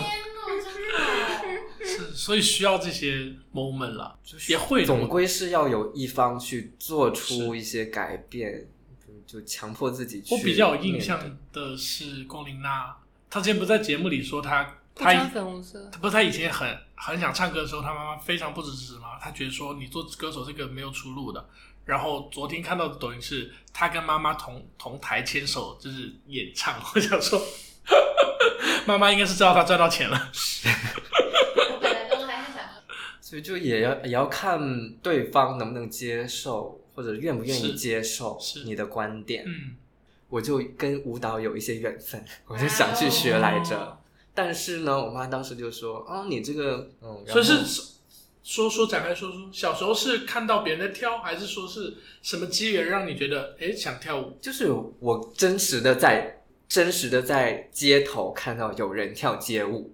Speaker 4: 真的
Speaker 1: 是所以需要这些 moment 啦，
Speaker 3: 就是
Speaker 1: 也会
Speaker 3: 总
Speaker 1: 的
Speaker 3: 归是要有一方去做出
Speaker 1: 是
Speaker 3: 一些改变，就就强迫自己去
Speaker 1: 我
Speaker 3: 面对。
Speaker 1: 比较有印象的是龚琳娜，她之前不是在节目里说她
Speaker 2: 不
Speaker 1: 她
Speaker 2: 穿粉红色，
Speaker 1: 她不是她以前很很想唱歌的时候，她妈妈非常不支持嘛，她觉得说你做歌手这个没有出路的。然后昨天看到的抖音是她跟妈妈同同台牵手，就是演唱。 我想说，妈妈应该是知道她赚到钱了。
Speaker 4: 我本来刚还是想说，
Speaker 3: 所以就也要也要看对方能不能接受，或者愿不愿意
Speaker 1: 是
Speaker 3: 接受
Speaker 1: 是
Speaker 3: 你的观点。
Speaker 1: 嗯，
Speaker 3: 我就跟舞蹈有一些缘分，我就想去学来着。
Speaker 1: 哦
Speaker 3: 但是呢，我妈当时就说：“啊，你这个，嗯，然
Speaker 1: 所以
Speaker 3: 后
Speaker 1: 是说说展开说说，小时候是看到别人在跳，还是说是什么机缘让你觉得哎想跳舞？
Speaker 3: 就是我真实的在真实的在街头看到有人跳街舞，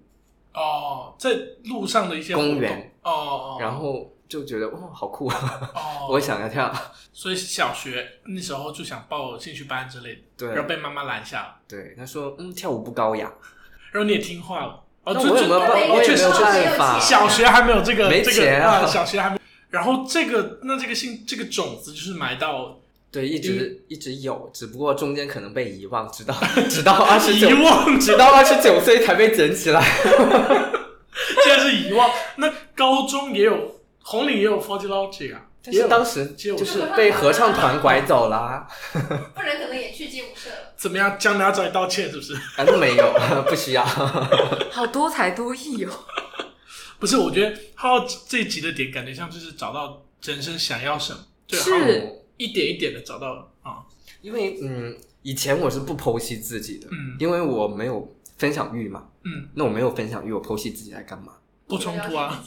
Speaker 1: 哦，在路上的一些活动
Speaker 3: 公园
Speaker 1: 哦哦，
Speaker 3: 然后就觉得哦，好酷啊，
Speaker 1: 哦，
Speaker 3: 我想要跳。
Speaker 1: 所以小学那时候就想报兴趣班之类的，
Speaker 3: 对
Speaker 1: 然后被妈妈拦下了，
Speaker 3: 对，她说：“嗯，跳舞不高雅。
Speaker 1: 然后你也听话了，哦，
Speaker 3: 那
Speaker 1: 就
Speaker 3: 我
Speaker 1: 就
Speaker 3: 有没有
Speaker 1: 哦
Speaker 3: 办
Speaker 4: 每个
Speaker 1: 哦
Speaker 3: 我也
Speaker 1: 确
Speaker 3: 没
Speaker 1: 实
Speaker 3: 有
Speaker 4: 人
Speaker 1: 是
Speaker 4: 都没有
Speaker 3: 办法。
Speaker 4: 钱
Speaker 1: 小学还没有这个
Speaker 3: 没
Speaker 1: 这
Speaker 3: 钱
Speaker 1: 个
Speaker 3: 啊
Speaker 1: 小学还没，然后这个那这个性这个种子就是埋到
Speaker 3: 对，一直一直有，只不过中间可能被遗忘，直到直到二十九
Speaker 1: 遗，忘，
Speaker 3: 直到二十九岁才被捡起来。
Speaker 1: 现在是遗忘。那高中也有红岭也有 Forty Logic 啊，
Speaker 3: 但
Speaker 1: 也
Speaker 3: 是
Speaker 1: 有
Speaker 3: 当时
Speaker 1: 街舞
Speaker 3: 就是被合唱团拐走啊啦、
Speaker 4: 不然可能也去街舞社了。
Speaker 1: 怎么样？江南找你道歉是不是？
Speaker 3: 反正没有， 不需要。
Speaker 2: 好多才多艺哦。
Speaker 1: 不是，我觉得浩浩这一集的点感觉像就是找到人生想要什么，对，
Speaker 2: 是
Speaker 1: 浩一点一点的找到了啊，
Speaker 3: 因为嗯，以前我是不剖析自己的，
Speaker 1: 嗯
Speaker 3: 因为我没有分享欲嘛。
Speaker 1: 嗯，
Speaker 3: 那我没有分享欲，我剖析自己来干嘛？
Speaker 1: 不冲突啊。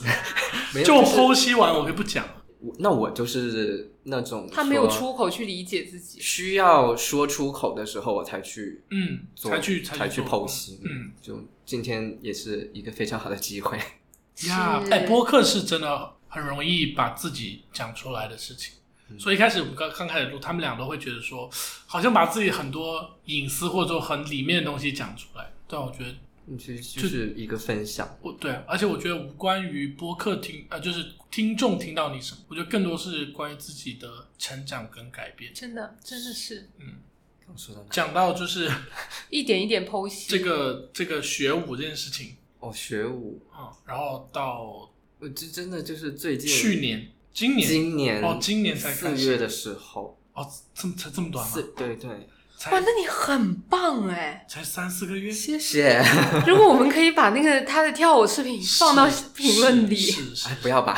Speaker 3: 没有，
Speaker 1: 就我
Speaker 3: 是
Speaker 1: 剖析完我就不讲了，
Speaker 3: 我那我就是那种
Speaker 2: 他没有
Speaker 3: 说
Speaker 2: 出口去理解自己，
Speaker 3: 需要说出口的时候，我才去
Speaker 1: 嗯，
Speaker 3: 做，
Speaker 1: 才去
Speaker 3: 才
Speaker 1: 去
Speaker 3: 去
Speaker 1: 做
Speaker 3: 剖析。
Speaker 1: 嗯，
Speaker 3: 就今天也是一个非常好的机会。
Speaker 1: 呀，
Speaker 2: 是
Speaker 1: 哎，播客是真的很容易把自己讲出来的事情。
Speaker 3: 嗯
Speaker 1: 所以一开始我们刚刚开始录，他们俩都会觉得说，好像把自己很多隐私或者说很里面的东西讲出来。但我觉得
Speaker 3: 嗯其实就是一个分享，
Speaker 1: 我对啊，而且我觉得无关于播客听呃，就是听众听到你什么，我觉得更多是关于自己的成长跟改变。
Speaker 2: 真的真的是
Speaker 3: 刚说到哪？
Speaker 1: 讲到 就是
Speaker 2: 一点一点剖析
Speaker 1: 这。个这个学舞这件事情
Speaker 3: 哦，学舞，
Speaker 1: 啊、然后到
Speaker 3: 我这真的就是最近
Speaker 1: 去年、今年、
Speaker 3: 今年
Speaker 1: 哦今年才开
Speaker 3: 四
Speaker 1: 始
Speaker 3: 月的时候，
Speaker 1: 哦，这么才这么短吗
Speaker 3: 四？对对，
Speaker 2: 哇，
Speaker 1: 才
Speaker 2: 那你很棒哎！
Speaker 1: 才三四个月，
Speaker 3: 谢谢。
Speaker 2: 如果我们可以把那个他的跳舞视频放到
Speaker 1: 是
Speaker 2: 评论里，
Speaker 1: 是是是
Speaker 3: 哎，不要吧，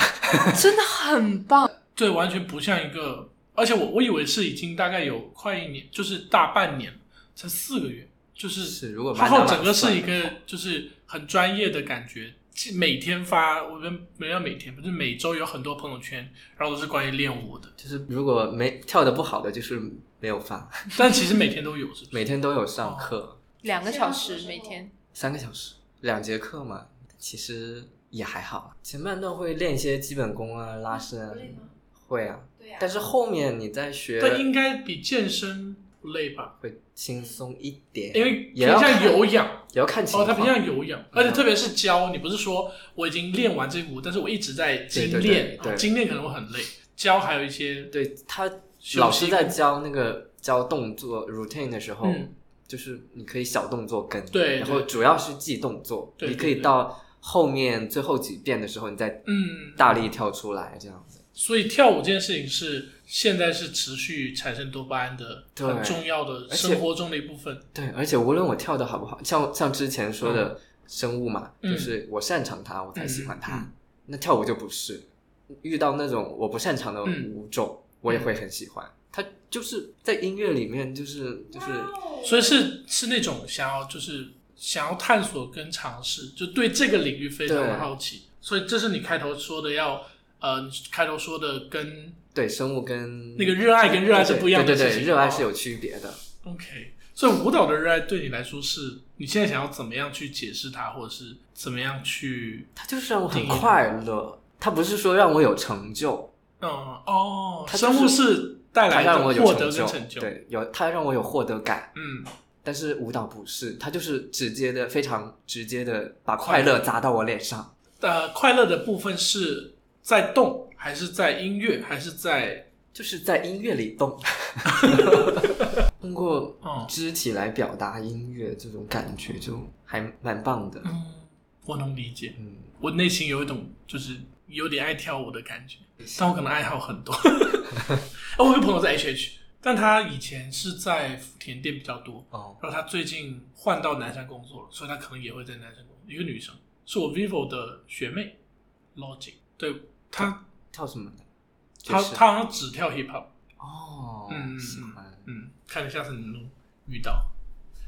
Speaker 2: 真的很棒。
Speaker 1: 对，完全不像一个，而且我我以为是已经大概有快一年，就是大半年，才四个月，就是
Speaker 3: 是如果
Speaker 1: 然
Speaker 3: 慢慢
Speaker 1: 后
Speaker 3: 慢
Speaker 1: 整个是
Speaker 3: 算
Speaker 1: 一个就是很专业的感觉，既每天发，我们没有每天，不是每周有很多朋友圈，然后都是关于练舞的，
Speaker 3: 就是如果没跳的不好的，就是没有发，
Speaker 1: 但其实每天都有，是不是？
Speaker 3: 每天都有上课，
Speaker 2: 两个小时每天，
Speaker 3: 三个小时，两节课嘛，其实也还好。前半段会练一些基本功啊，拉伸啊
Speaker 4: 不累吗，
Speaker 3: 会啊，
Speaker 4: 对呀、
Speaker 3: 但是后面你在学
Speaker 1: 但应该比健身不累吧？
Speaker 3: 会轻松一点，
Speaker 1: 因为
Speaker 3: 也
Speaker 1: 偏
Speaker 3: 要看
Speaker 1: 向有氧
Speaker 3: 也要看情
Speaker 1: 哦，
Speaker 3: 况，嗯
Speaker 1: 它偏向有氧，而且特别是教你，不是说我已经练完这舞，但是我一直在精
Speaker 3: 对对
Speaker 1: 练，
Speaker 3: 对对
Speaker 1: 精练可能会很累。教还有一些
Speaker 3: 对他
Speaker 1: 休
Speaker 3: 老
Speaker 1: 息
Speaker 3: 师在教那个教动作 routine 的时候，
Speaker 1: 嗯
Speaker 3: 就是你可以小动作跟，
Speaker 1: 对
Speaker 3: 然后主要是记动作，
Speaker 1: 对
Speaker 3: 你
Speaker 1: 对
Speaker 3: 可以
Speaker 1: 对
Speaker 3: 到后面最后几遍的时候，你再
Speaker 1: 嗯，
Speaker 3: 大力跳出来这样子。
Speaker 1: 所以跳舞这件事情是现在是持续产生多巴胺的
Speaker 3: 对
Speaker 1: 很重要的
Speaker 3: 而且
Speaker 1: 生活中的一部分。
Speaker 3: 对，而且无论我跳的好不好，像像之前说的生物嘛，
Speaker 1: 嗯
Speaker 3: 就是我擅长它，我才喜欢它。
Speaker 1: 嗯嗯
Speaker 3: 那跳舞就不是，遇到那种我不擅长的
Speaker 1: 嗯
Speaker 3: 舞种，我也会很喜欢。它就是在音乐里面，就是就是
Speaker 4: 哇哦
Speaker 1: 所以是是那种想要就是想要探索跟尝试，就对这个领域非常的
Speaker 3: 对
Speaker 1: 好奇。所以这是你开头说的要呃，你开头说的跟
Speaker 3: 对生物跟
Speaker 1: 那个热爱跟热爱是不一样的
Speaker 3: 对
Speaker 1: 事
Speaker 3: 对
Speaker 1: 情。
Speaker 3: 对对，热爱是有区别的。
Speaker 1: 哦 OK。所以舞蹈的热爱对你来说是，你现在想要怎么样去解释它，或者是怎么样去
Speaker 3: 它就是让我很快乐，它不是说让我有成就，
Speaker 1: 嗯哦，
Speaker 3: 它就是
Speaker 1: 生物是带
Speaker 3: 它
Speaker 1: 来
Speaker 3: 让我
Speaker 1: 的
Speaker 3: 有
Speaker 1: 获得跟
Speaker 3: 就，
Speaker 1: 成就，
Speaker 3: 对，有它让我有获得感。
Speaker 1: 嗯。
Speaker 3: 但是舞蹈不是，它就是直接的，非常直接的把快乐砸到我脸上。
Speaker 1: 呃，快乐的部分是在动，还是在音乐，还是在
Speaker 3: 就是在音乐里 动，通过
Speaker 1: 哦
Speaker 3: 肢体来表达音乐，这种感觉就还蛮棒的。
Speaker 1: 嗯，我能理解。
Speaker 3: 嗯，
Speaker 1: 我内心有一种就是有点爱跳舞的感觉，
Speaker 3: 嗯
Speaker 1: 但我可能爱好很多。哦我有个朋友在 HH，但他以前是在福田店比较多，
Speaker 3: 哦，
Speaker 1: 然后他最近换到南山工作了，所以他可能也会在南山工作。一个女生是我 vivo 的学妹，Logic，对她，
Speaker 3: 跳什么的？
Speaker 1: 她
Speaker 3: 就是
Speaker 1: 她好像只跳 hip hop，
Speaker 3: 哦，
Speaker 1: 嗯
Speaker 3: 喜欢。
Speaker 1: 嗯，看了下次你能遇到，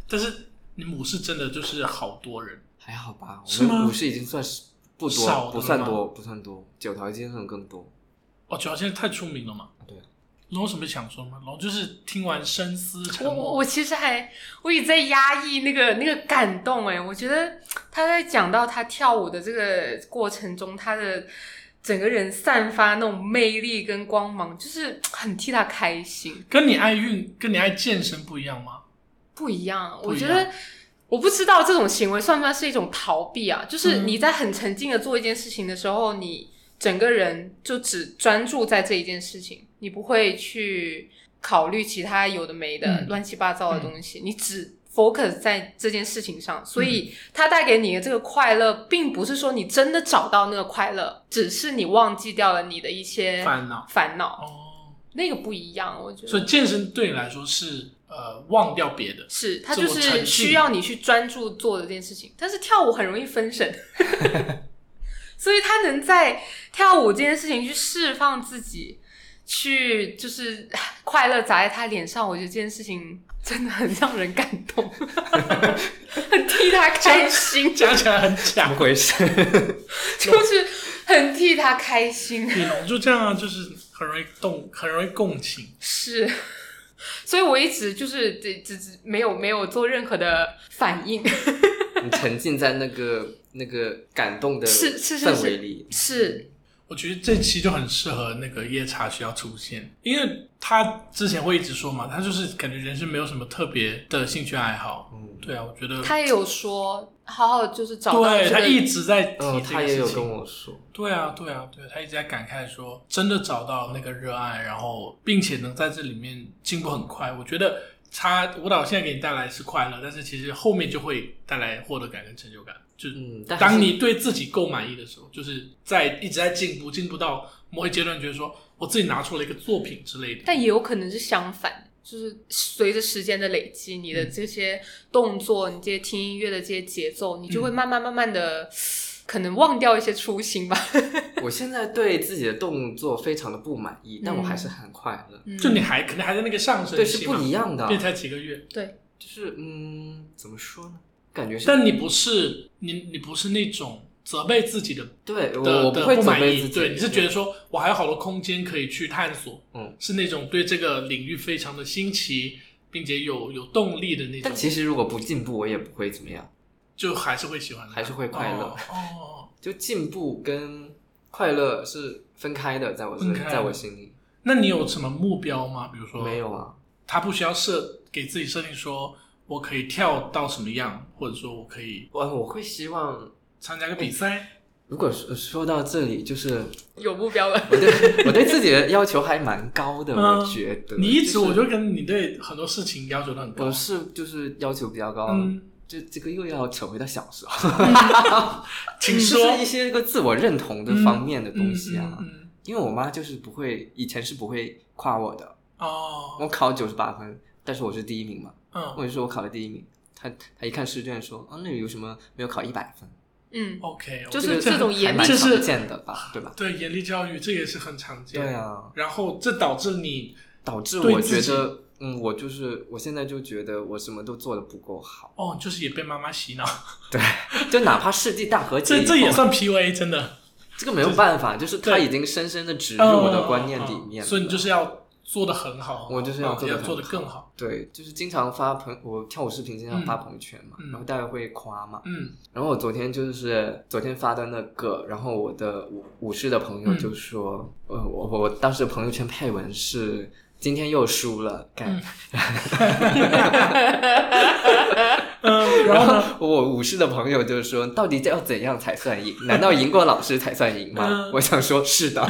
Speaker 1: 但是你母是真的就是好多人，
Speaker 3: 还好吧，
Speaker 1: 是
Speaker 3: 我们
Speaker 1: 吗
Speaker 3: 股市已经算是不
Speaker 1: 少
Speaker 3: 多，
Speaker 1: 的
Speaker 3: 不算
Speaker 1: 了吗
Speaker 3: 多，不算多。九条街可能更多。
Speaker 1: 哦，主要现在太出名了嘛。
Speaker 3: 对啊，
Speaker 1: 龙有什么想说吗？龙就是听完深思沉
Speaker 2: 我
Speaker 1: 默，
Speaker 2: 我我其实还我也在压抑那个那个感动哎，我觉得他在讲到他跳舞的这个过程中，他的整个人散发那种魅力跟光芒，就是很替他开心，
Speaker 1: 跟你爱运、跟你爱健身不一样吗？
Speaker 2: 不一样。
Speaker 1: 不
Speaker 2: 我
Speaker 1: 一
Speaker 2: 觉
Speaker 1: 样
Speaker 2: 得我不知道这种行为算不算是一种逃避啊？就是
Speaker 1: 嗯
Speaker 2: 你在很沉浸的做一件事情的时候，你整个人就只专注在这一件事情，你不会去考虑其他有的没的、
Speaker 1: 嗯
Speaker 2: 乱七八糟的东西，你只 focus 在这件事情
Speaker 1: 嗯
Speaker 2: 上，所以它带给你的这个快乐，并不是说你真的找到那个快乐，只是你忘记掉了你的一些
Speaker 1: 烦恼
Speaker 2: 烦恼，
Speaker 1: 哦，
Speaker 2: 那个不一样，我觉得。
Speaker 1: 所以健身对你来说是呃忘掉别的，
Speaker 2: 是，它
Speaker 1: 自
Speaker 2: 就
Speaker 1: 我沉
Speaker 2: 是
Speaker 1: 浸
Speaker 2: 需要你去专注做的这件事情。但是跳舞很容易分神， 所以他能在跳舞这件事情去释放自己，去就是 唉快乐砸在他脸上，我觉得这件事情真的很让人感动， 很替他开心，
Speaker 1: 加起来很
Speaker 3: 怎
Speaker 1: 假
Speaker 3: 么。回事？
Speaker 2: 就是很替他开心。
Speaker 1: 对龙就这样啊，就是很容易动，很容易共情。
Speaker 2: 是，所以我一直就是只只只没有没有做任何的反应。
Speaker 3: 你沉浸在那个那个感动的
Speaker 2: 是是是
Speaker 3: 氛围里。
Speaker 2: 是，
Speaker 1: 我觉得这期就很适合那个夜茶需要出现，因为他之前会一直说嘛，他就是感觉人生没有什么特别的兴趣爱好。
Speaker 3: 嗯，
Speaker 1: 对啊，我觉得
Speaker 2: 他也有说，好好就是找到、
Speaker 1: 对
Speaker 2: 这个、
Speaker 1: 他一直在提
Speaker 3: 嗯，
Speaker 1: 这
Speaker 3: 他
Speaker 1: 个
Speaker 3: 也
Speaker 1: 事
Speaker 3: 有
Speaker 1: 情
Speaker 3: 跟。我说，
Speaker 1: 对啊，对啊，对，他一直在感慨说，真的找到那个热爱，然后并且能在这里面进步很快。我觉得他舞蹈现在给你带来是快乐，但是其实后面就会带来获得感跟成就感。就是
Speaker 3: 嗯，但还
Speaker 1: 当
Speaker 3: 是
Speaker 1: 你对自己够满意的时候，就是在一直在进步，进步到某一阶段，觉得说我自己拿出了一个作品之类的。
Speaker 2: 但也有可能是相反，就是随着时间的累积，你的这些动作，你这些听音乐的这些节奏，你就会慢慢慢慢的，可能忘掉一些初心吧。
Speaker 3: 我现在对自己的动作非常的不满意，但我还是很快乐。
Speaker 2: 嗯
Speaker 1: 就你还可能还在那个上升
Speaker 3: 对，
Speaker 1: 期
Speaker 3: 是
Speaker 1: 嘛
Speaker 3: 不一样的，
Speaker 1: 这才几个月，
Speaker 2: 对，
Speaker 3: 就是嗯，怎么说呢？感觉是，
Speaker 1: 但你不是你你不是那种责备自己的
Speaker 3: 对
Speaker 1: 的
Speaker 3: 我我
Speaker 1: 的
Speaker 3: 不会责
Speaker 1: 满
Speaker 3: 备
Speaker 1: 意，
Speaker 3: 自己，
Speaker 1: 对，你是觉得说我还有好多空间可以去探索，
Speaker 3: 嗯，
Speaker 1: 是那种对这个领域非常的新奇，并且有有动力的那种，
Speaker 3: 但其实如果不进步，我也不会怎么样。
Speaker 1: 就还是会喜欢它，
Speaker 3: 还是会快乐
Speaker 1: 哦哦，哦
Speaker 3: 就进步跟快乐是分开的，在我
Speaker 1: 分
Speaker 3: 这，
Speaker 1: 开的
Speaker 3: 在我心里
Speaker 1: 那你有什么目标吗？比如说，
Speaker 3: 没，有啊。
Speaker 1: 他不需要设给自己设定说我可以跳到什么样，或者说我可以
Speaker 3: 我我会希望，
Speaker 1: 参加个比赛，
Speaker 3: 如果说说到这里，就是
Speaker 2: 有目标了。
Speaker 3: 我对我对自己的要求还蛮高的，
Speaker 1: 嗯
Speaker 3: 我觉得。
Speaker 1: 你一直
Speaker 3: 是
Speaker 1: 我就跟你对很多事情要求都很高
Speaker 3: 我，是就是要求比较高，
Speaker 1: 嗯，
Speaker 3: 这这个又要扯回到小时候，
Speaker 1: 请
Speaker 3: 就
Speaker 1: 说
Speaker 3: 是一些个自我认同的方面的东西啊。
Speaker 1: 嗯嗯嗯嗯
Speaker 3: 因为我妈就是不会，以前是不会夸我的。
Speaker 1: 哦，
Speaker 3: 我考九十八分，但是我是第一名嘛，
Speaker 1: 嗯
Speaker 3: 我就说我考了第一名。她她一看试卷说，啊，那有什么没有考一百分？
Speaker 2: 嗯，
Speaker 1: ，OK，我
Speaker 2: 就
Speaker 1: 觉
Speaker 2: 是
Speaker 1: 得
Speaker 2: 这种
Speaker 3: 还
Speaker 2: 严厉
Speaker 3: 蛮
Speaker 1: 这是
Speaker 3: 常见的吧， 对吧？
Speaker 1: 对严厉教育，这也是很常见。
Speaker 3: 对。啊，
Speaker 1: 然后这导致你，
Speaker 3: 导致
Speaker 1: 对
Speaker 3: 我觉
Speaker 1: 自己
Speaker 3: 得，嗯，我就是我现在就觉得我什么都做的不够好，
Speaker 1: 哦，就是也被妈妈洗脑，
Speaker 3: 就哪怕世纪大和解以
Speaker 1: 这
Speaker 3: 后，
Speaker 1: 这也算 PUA，真的。
Speaker 3: 这个没有办法，就是
Speaker 1: 对
Speaker 3: 它已经深深的植入我的观念里面
Speaker 1: 嗯嗯嗯
Speaker 3: 了，
Speaker 1: 所以你就是要做的很好，
Speaker 3: 我就是要
Speaker 1: 嗯
Speaker 3: 做得
Speaker 1: 要
Speaker 3: 很
Speaker 1: 做的
Speaker 3: 好
Speaker 1: 更好。
Speaker 3: 对，就是经常发朋，我跳舞视频经常发朋友圈嘛，
Speaker 1: 嗯嗯
Speaker 3: 然后大家会夸嘛，
Speaker 1: 嗯
Speaker 3: 然后我昨天就是昨天发的那个，然后我的舞舞室的朋友
Speaker 1: 嗯
Speaker 3: 就说，呃，我我我当时的朋友圈配文是今天又输了，干，
Speaker 1: 嗯，然后呢？
Speaker 3: 我武士的朋友就是说，到底要怎样才算赢？ 难道赢过老师才算赢吗
Speaker 1: 嗯？
Speaker 3: 我想说，是的。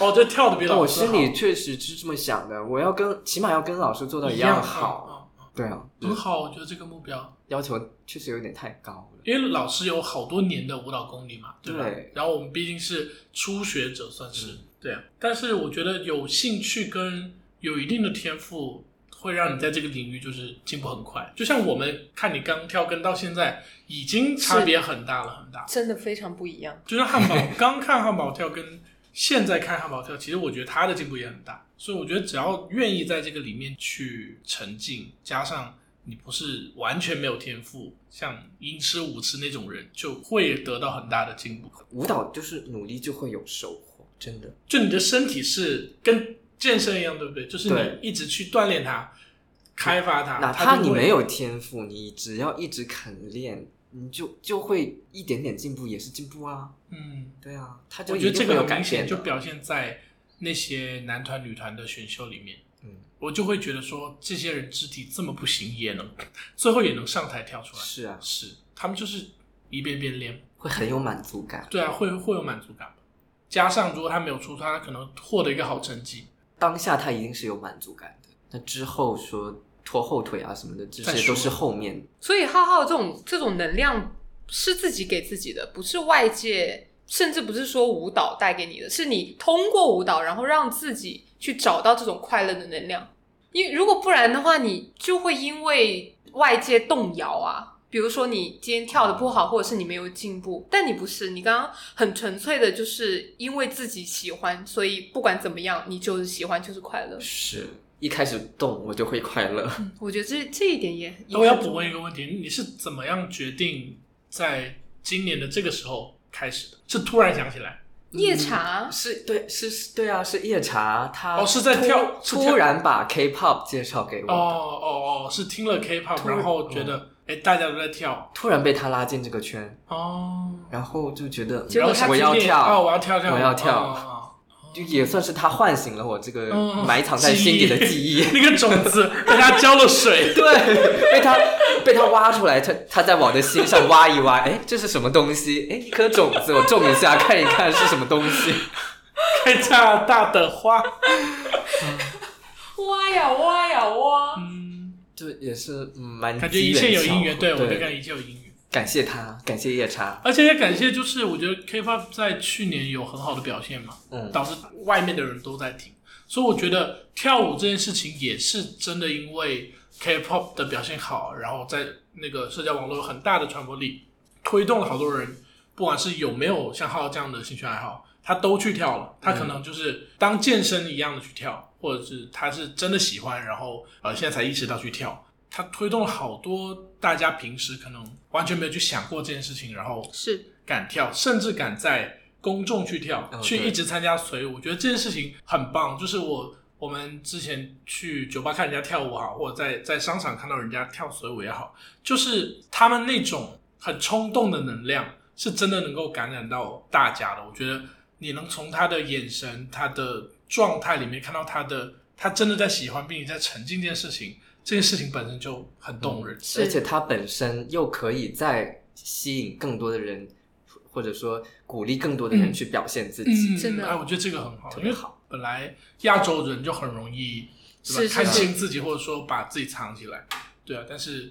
Speaker 1: 哦，这跳的比
Speaker 3: 但
Speaker 1: 老
Speaker 3: 我
Speaker 1: 师
Speaker 3: 心
Speaker 1: 好
Speaker 3: 里确实是这么想的，我要跟起码要跟老师做到
Speaker 1: 一
Speaker 3: 样好。
Speaker 1: 好，嗯
Speaker 3: 对啊，
Speaker 1: 嗯很好，我觉得这个目标，
Speaker 3: 要求确实有点太高了。
Speaker 1: 因为老师有好多年的舞蹈功底嘛，吧
Speaker 3: 对？
Speaker 1: 然后我们毕竟是初学者，算是
Speaker 3: 嗯
Speaker 1: 对啊。但是我觉得有兴趣跟有一定的天赋，会让你在这个领域就是进步很快。就像我们看你刚跳跟到现在，已经差别很大了，很大。
Speaker 2: 真的非常不一样。
Speaker 1: 就是汉堡刚看汉堡跳跟现在看汉堡跳，其实我觉得他的进步也很大。所以我觉得只要愿意在这个里面去沉浸，加上你不是完全没有天赋，像音痴舞痴那种人，就会得到很大的进步。
Speaker 3: 舞蹈就是努力就会有收获，真的。
Speaker 1: 就你的身体是跟健身一样，对不对？就是
Speaker 3: 对
Speaker 1: 你一直去锻炼它，开发它，
Speaker 3: 哪
Speaker 1: 它
Speaker 3: 怕
Speaker 1: 啊就会
Speaker 3: 你没有天赋，你只要一直肯练，你就就会一点点进步，也是进步啊。
Speaker 1: 嗯，
Speaker 3: 对啊，他就
Speaker 1: 我
Speaker 3: 一
Speaker 1: 觉得
Speaker 3: 定
Speaker 1: 这个
Speaker 3: 会有
Speaker 1: 很
Speaker 3: 改
Speaker 1: 明显
Speaker 3: 变
Speaker 1: 就
Speaker 3: 的
Speaker 1: 表现在那些男团、女团的选秀里面。
Speaker 3: 嗯，
Speaker 1: 我就会觉得说，这些人肢体这么不行，也能 最后也能上台跳出来。
Speaker 3: 是啊，
Speaker 1: 是，他们就是一遍遍练，
Speaker 3: 会很有满足感。
Speaker 1: 对啊，会会有满足感。加上如果他没有出他可能获得一个好成绩，
Speaker 3: 当下他一定是有满足感的，那之后说拖后腿啊什么的，这
Speaker 1: 再
Speaker 3: 些
Speaker 1: 说
Speaker 3: 都是后面。
Speaker 2: 所以浩浩这种这种能量是自己给自己的，不是外界，甚至不是说舞蹈带给你的，是你通过舞蹈，然后让自己去找到这种快乐的能量。因为如果不然的话，你就会因为外界动摇啊。比如说你今天跳的不好，或者是你没有进步，但你不是，你刚刚很纯粹的，就是因为自己喜欢，所以不管怎么样，你就是喜欢，就是快乐。
Speaker 3: 是一开始动我就会快乐。
Speaker 1: 嗯
Speaker 2: 我觉得这这一点也也
Speaker 1: 那我要
Speaker 2: 很
Speaker 1: 补
Speaker 2: 重
Speaker 1: 问一个问题：你是怎么样决定在今年的这个时候开始的？是突然想起来？
Speaker 2: 夜茶，
Speaker 3: 是对，是是对啊，是夜茶，他
Speaker 1: 哦是在跳是
Speaker 3: 突
Speaker 1: 跳
Speaker 3: 突然把 K-pop 介绍给我
Speaker 1: 哦
Speaker 3: 的，
Speaker 1: 哦哦，是听了 K-pop，
Speaker 3: 突然
Speaker 1: 然后觉得哎、大家都在跳
Speaker 3: 突然被他拉进这个圈，
Speaker 1: 哦，
Speaker 3: 然后就觉得
Speaker 2: 结果他
Speaker 3: 我要
Speaker 1: 今天哦，
Speaker 3: 跳，
Speaker 1: 我要跳跳，
Speaker 3: 我要跳
Speaker 1: 哦哦哦
Speaker 3: 就也算是他唤醒了我这个
Speaker 1: 嗯
Speaker 3: 埋藏在心底的记忆。
Speaker 1: 那个种子被他浇了水。
Speaker 3: 对，被他被他挖出来，他他在我的心上挖一挖，哎，这是什么东西？哎，一颗种子，我种一下，看一看是什么东西。
Speaker 1: 开大大的花。
Speaker 2: 挖呀挖呀挖，
Speaker 1: 嗯，
Speaker 3: 就也是嗯，蛮
Speaker 1: 感觉一切有因缘，
Speaker 3: 机
Speaker 1: 对
Speaker 3: 巧
Speaker 1: 我
Speaker 3: 合
Speaker 1: 就
Speaker 3: 对，
Speaker 1: 感觉一切有因缘。
Speaker 3: 感谢他，感谢夜叉，
Speaker 1: 而且也感谢，就是我觉得 K-pop 在去年有很好的表现嘛，
Speaker 3: 嗯，
Speaker 1: 导致外面的人都在听，所以我觉得跳舞这件事情也是真的因为 K-pop 的表现好，然后在那个社交网络有很大的传播力，推动了好多人，不管是有没有像浩浩这样的兴趣爱好，他都去跳了。他可能就是当健身一样的去跳，或者是他是真的喜欢，然后呃现在才意识到去跳。他推动了好多大家平时可能完全没有去想过这件事情，然后
Speaker 2: 是
Speaker 1: 敢跳，甚至敢在公众去跳，
Speaker 3: 嗯
Speaker 1: 去
Speaker 3: 对
Speaker 1: 一直参加随舞，我觉得这件事情很棒。就是我我们之前去酒吧看人家跳舞也好，或者在在商场看到人家跳随舞也好，就是他们那种很冲动的能量，是真的能够感染到大家的。我觉得你能从他的眼神、他的状态里面看到他的，他真的在喜欢并且在沉浸这件事情，这件事情本身就很动人。
Speaker 2: 是，
Speaker 3: 嗯而且他本身又可以再吸引更多的人，或者说鼓励更多的人
Speaker 1: 嗯
Speaker 3: 去表现自己。
Speaker 1: 嗯，
Speaker 2: 真的
Speaker 1: 哎，我觉得这个很好，
Speaker 3: 特
Speaker 1: 因
Speaker 3: 别
Speaker 1: 为
Speaker 3: 好
Speaker 1: 本来亚洲人就很容易对
Speaker 2: 是
Speaker 1: 吧
Speaker 2: 是
Speaker 1: 看
Speaker 2: 是
Speaker 1: 清自己，或者说把自己藏起来，对啊。但是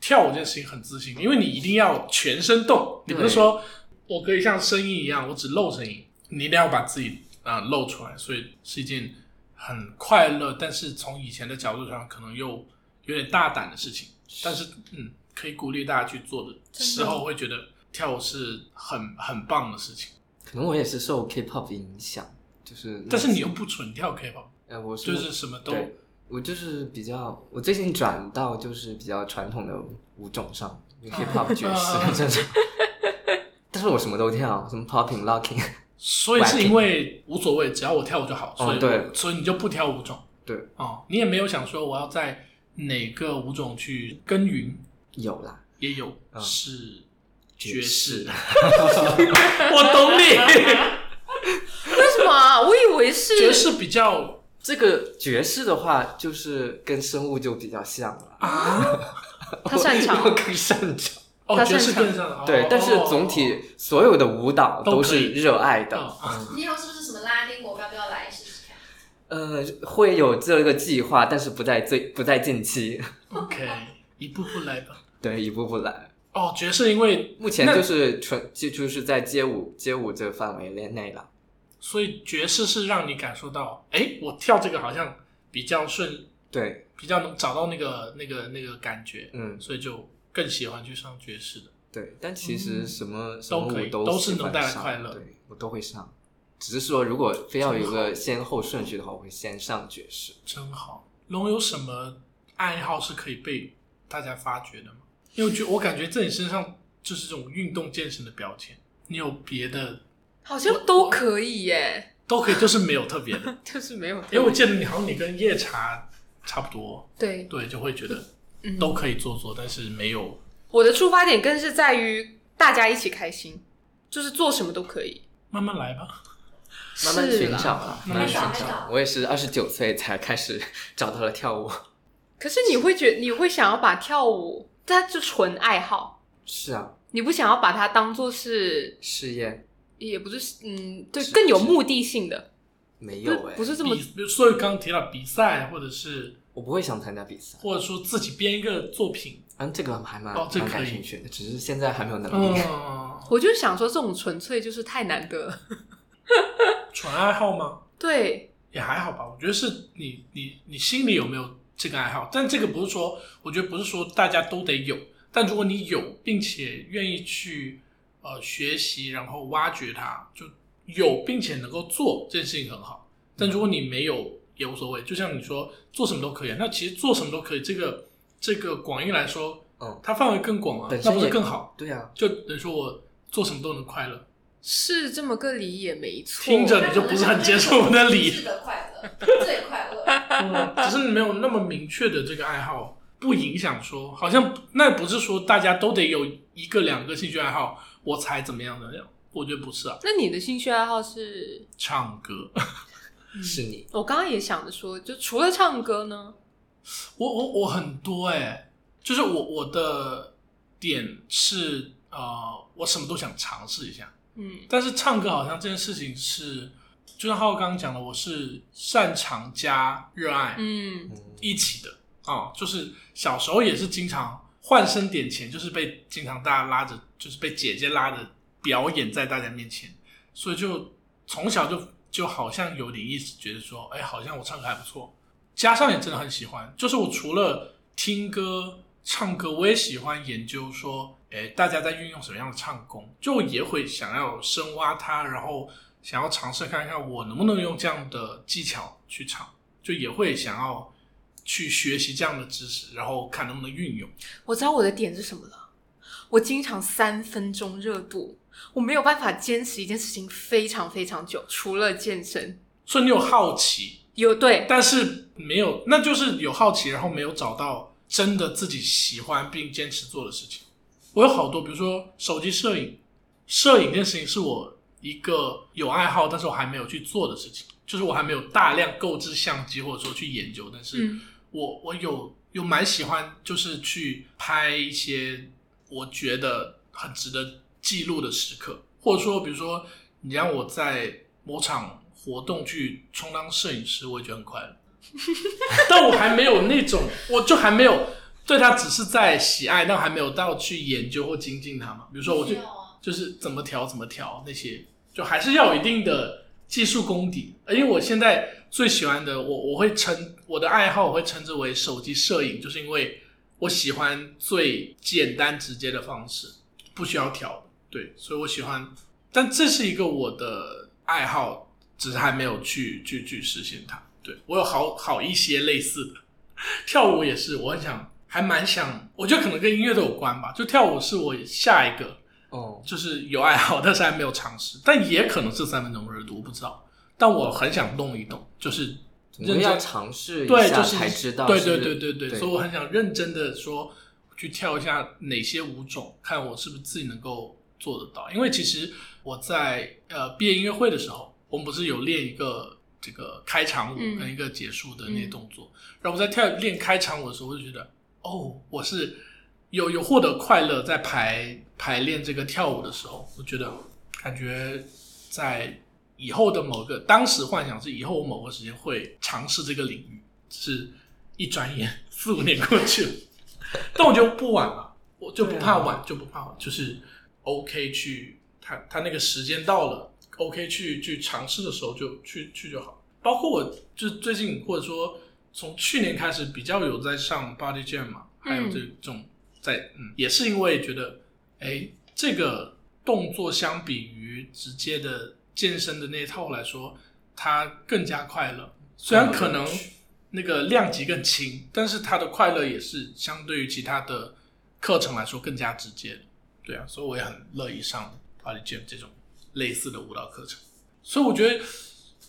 Speaker 1: 跳舞这件事情很自信，因为你一定要全身动，你不是
Speaker 3: 对
Speaker 1: 说我可以像声音一样，我只露声音，你一定要把自己啊、呃露出来，所以是一件很快乐，但是从以前的角度上可能又有点大胆的事情，但是嗯，可以鼓励大家去做的
Speaker 2: 真的
Speaker 1: 时候，会觉得跳舞是很很棒的事情。
Speaker 3: 可能我也是受 K-pop 影响，就是那
Speaker 1: 但是你又不纯跳 K-pop，
Speaker 3: 呃，我是
Speaker 1: 就是什么都
Speaker 3: 对，我就是比较，我最近转到就是比较传统的舞种上就，hip-hop 爵
Speaker 1: 啊
Speaker 3: 士这种。但是我什么都跳，什么 popping、locking，
Speaker 1: 所以是因为无所谓，只要我跳舞就好，所以、
Speaker 3: 哦对
Speaker 1: 所以你就不挑舞种，
Speaker 3: 对，
Speaker 1: 哦，你也没有想说我要在哪个舞种去耕耘，
Speaker 3: 有啦，
Speaker 1: 也有、
Speaker 3: 嗯
Speaker 1: 是爵
Speaker 3: 爵
Speaker 1: 士
Speaker 3: 士，
Speaker 1: 我懂你，
Speaker 2: 为什么啊？我以为是
Speaker 1: 爵士比较
Speaker 3: 这个爵士的话，就是跟生物就比较像了。
Speaker 1: 啊，
Speaker 2: 他擅长
Speaker 3: 我更擅长。
Speaker 1: 哦，
Speaker 2: 他
Speaker 1: 爵士
Speaker 2: 擅长
Speaker 1: 更上了，
Speaker 3: 对
Speaker 1: 哦，
Speaker 3: 但是总体所有的舞蹈
Speaker 1: 都
Speaker 3: 都
Speaker 1: 可以
Speaker 3: 是热爱的。嗯
Speaker 1: 哦
Speaker 4: 你以后是不是什么拉丁舞，要不要来试试看？
Speaker 3: 呃，会有这个计划，但是不在最不在近期。
Speaker 1: 哦 OK，一步步来吧。
Speaker 3: 对，一步步来。
Speaker 1: 哦，爵士因为
Speaker 3: 目前
Speaker 1: 那
Speaker 3: 就是纯就就是在街舞街舞这范围内内了。
Speaker 1: 所以爵士是让你感受到，哎，我跳这个好像比较顺，
Speaker 3: 对，
Speaker 1: 比较能找到那个那个那个感觉，
Speaker 3: 嗯，
Speaker 1: 所以就更喜欢去上爵士的。
Speaker 3: 对。但其实
Speaker 1: 嗯
Speaker 3: 什么、什
Speaker 1: 都
Speaker 3: 么
Speaker 1: 可以
Speaker 3: 舞
Speaker 1: 都是
Speaker 3: 喜
Speaker 1: 能
Speaker 3: 欢
Speaker 1: 带来
Speaker 3: 上
Speaker 1: 快乐
Speaker 3: 对我都会上。只是说，如果非要有
Speaker 1: 真好
Speaker 3: 个先后顺序的话，我会先上爵士。
Speaker 1: 真好。龙有什么爱好是可以被大家发掘的吗？因为我觉我感觉在你身上就是这种运动健身的标签，你有别的
Speaker 2: 好像都可以耶，
Speaker 1: 都可以，就是没有特别 的。
Speaker 2: 就是没有
Speaker 1: 因为我记得你好像你跟夜茶差不多，
Speaker 2: 对，
Speaker 1: 对，就会觉得
Speaker 2: 嗯
Speaker 1: 都可以做做，但是没有
Speaker 2: 我的出发点更是在于大家一起开心，就是做什么都可以，
Speaker 1: 慢慢来吧。
Speaker 3: 慢慢
Speaker 2: 是
Speaker 3: 寻
Speaker 2: 啦
Speaker 3: 找啊，
Speaker 1: 慢慢
Speaker 3: 慢慢
Speaker 4: 还
Speaker 3: 寻
Speaker 4: 早
Speaker 1: 想
Speaker 4: 还
Speaker 1: 想
Speaker 4: 早，
Speaker 3: 我也是二十九岁才开始找到了跳舞。
Speaker 2: 可是你会觉你会想要把跳舞，它就纯爱好，
Speaker 3: 是啊，
Speaker 2: 你不想要把它当做是，
Speaker 3: 事业
Speaker 2: 也不是嗯，对，
Speaker 3: 是
Speaker 2: 更有目的性的，
Speaker 3: 没
Speaker 2: 不是
Speaker 3: 有哎、
Speaker 2: 不是这么
Speaker 1: 比所以刚刚提到比赛，或者是
Speaker 3: 我不会想参加比赛。
Speaker 1: 或者说自己编一个作品，
Speaker 3: 嗯，这个还蛮、
Speaker 1: 哦这
Speaker 3: 蛮
Speaker 1: 可以
Speaker 3: 感兴趣的，只是现在还没有能力。
Speaker 1: 嗯，
Speaker 2: 我就想说，这种纯粹就是太难得了。
Speaker 1: 纯爱好吗？
Speaker 2: 对，
Speaker 1: 也还好吧，我觉得是你你你心里有没有这个爱好，但这个不是说，我觉得不是说大家都得有，但如果你有，并且愿意去呃学习，然后挖掘它，就有并且能够做这件事情很好。但如果你没有也无所谓，就像你说做什么都可以啊，那其实做什么都可以，这个这个广义来说，
Speaker 3: 嗯
Speaker 1: 它范围更广啊
Speaker 3: 本，
Speaker 1: 那
Speaker 3: 身
Speaker 1: 不是
Speaker 3: 也
Speaker 1: 更好？
Speaker 3: 对啊，
Speaker 1: 就等于说我做什么都能快乐，
Speaker 2: 是这么个理也没错。
Speaker 1: 听着你就不是很接受我的理
Speaker 4: 是的快乐，最快乐。
Speaker 1: 只是没有那么明确的这个爱好，不影响说，好像那不是说大家都得有一个两个兴趣爱好，我才怎么样的样。我觉得不是啊，
Speaker 2: 那你的兴趣爱好是？
Speaker 1: 唱歌，
Speaker 3: 是你
Speaker 2: 我刚刚也想着说，就除了唱歌呢，
Speaker 1: 我我我很多哎、就是我我的点是呃，我什么都想尝试一下，
Speaker 2: 嗯，
Speaker 1: 但是唱歌好像这件事情是，就像浩浩刚刚讲的，我是擅长加热爱，
Speaker 2: 嗯，
Speaker 1: 一起的啊、就是小时候也是经常换声点前，就是被经常大家拉着，就是被姐姐拉着表演在大家面前，所以就从小就就好像有点意识，觉得说，哎，好像我唱歌还不错，加上也真的很喜欢，就是我除了听歌、唱歌，我也喜欢研究说，哎，大家在运用什么样的唱功，就我也会想要深挖它，然后想要尝试看看我能不能用这样的技巧去唱，就也会想要去学习这样的知识，然后看能不能运用。
Speaker 2: 我知道我的点是什么了。我经常三分钟热度，我没有办法坚持一件事情非常非常久，除了健身。
Speaker 1: 所以你有好奇，
Speaker 2: 有对，
Speaker 1: 但是没有，那就是有好奇，然后没有找到真的自己喜欢并坚持做的事情。我有好多，比如说手机摄影，摄影这件事情是我一个有爱好，但是我还没有去做的事情，就是我还没有大量购置相机或者说去研究，但是、
Speaker 2: 嗯，
Speaker 1: 我我有有蛮喜欢，就是去拍一些我觉得很值得记录的时刻，或者说，比如说你让我在某场活动去充当摄影师，我也觉得很快乐。但我还没有那种，我就还没有对他只是在喜爱，但还没有到去研究或精进它嘛。比如 说，我去
Speaker 4: 没有啊
Speaker 1: 就是怎么调怎么调那些，就还是要有一定的技术功底。因为我现在最喜欢的，我我会称我的爱好，我会称之为手机摄影，就是因为我喜欢最简单直接的方式，不需要调。对，所以我喜欢，但这是一个我的爱好，只是还没有去去去实现它。对我有好好一些类似的， 跳舞也是，我很想，还蛮想，我觉得可能跟音乐都有关吧。就跳舞是我下一个
Speaker 3: 哦，
Speaker 1: 就是有爱好，但是还没有尝试，但也可能是三分钟热度，我不知道。但我很想动一动，就是
Speaker 3: 总
Speaker 1: 认
Speaker 3: 归要
Speaker 1: 真
Speaker 3: 尝试一
Speaker 1: 对，就
Speaker 3: 下
Speaker 1: 是
Speaker 3: 才知道
Speaker 1: 对
Speaker 3: 是不
Speaker 1: 对对
Speaker 3: 是。
Speaker 1: 对对，
Speaker 3: 对
Speaker 1: 所以我很想认真的说去跳一下哪些舞种，看我是不是自己能够做得到。因为其实我在呃毕业音乐会的时候，我们不是有练一个这个开场舞
Speaker 2: 嗯
Speaker 1: 跟一个结束的那些动作，然后我在跳练开场舞的时候，我就觉得哦，我是有有获得快乐，在排排练这个跳舞的时候，我觉得感觉在以后的某个，当时幻想是以后某个时间会尝试这个领域，是一转眼四五年过去了，但我觉得不晚了，我就不怕晚，就不怕晚，就是 OK 去，他他那个时间到了，OK 去去尝试的时候就去去就好。包括我就是最近或者说从去年开始比较有在上 Body Jam 嘛，还有这种在嗯也是因为觉得哎这个动作相比于直接的健身的那一套来说，它更加快乐。虽然可能那个量级更轻，但是它的快乐也是相对于其他的课程来说更加直接的。对啊，所以我也很乐意上 Body Jam 这种类似的舞蹈课程。所以我觉得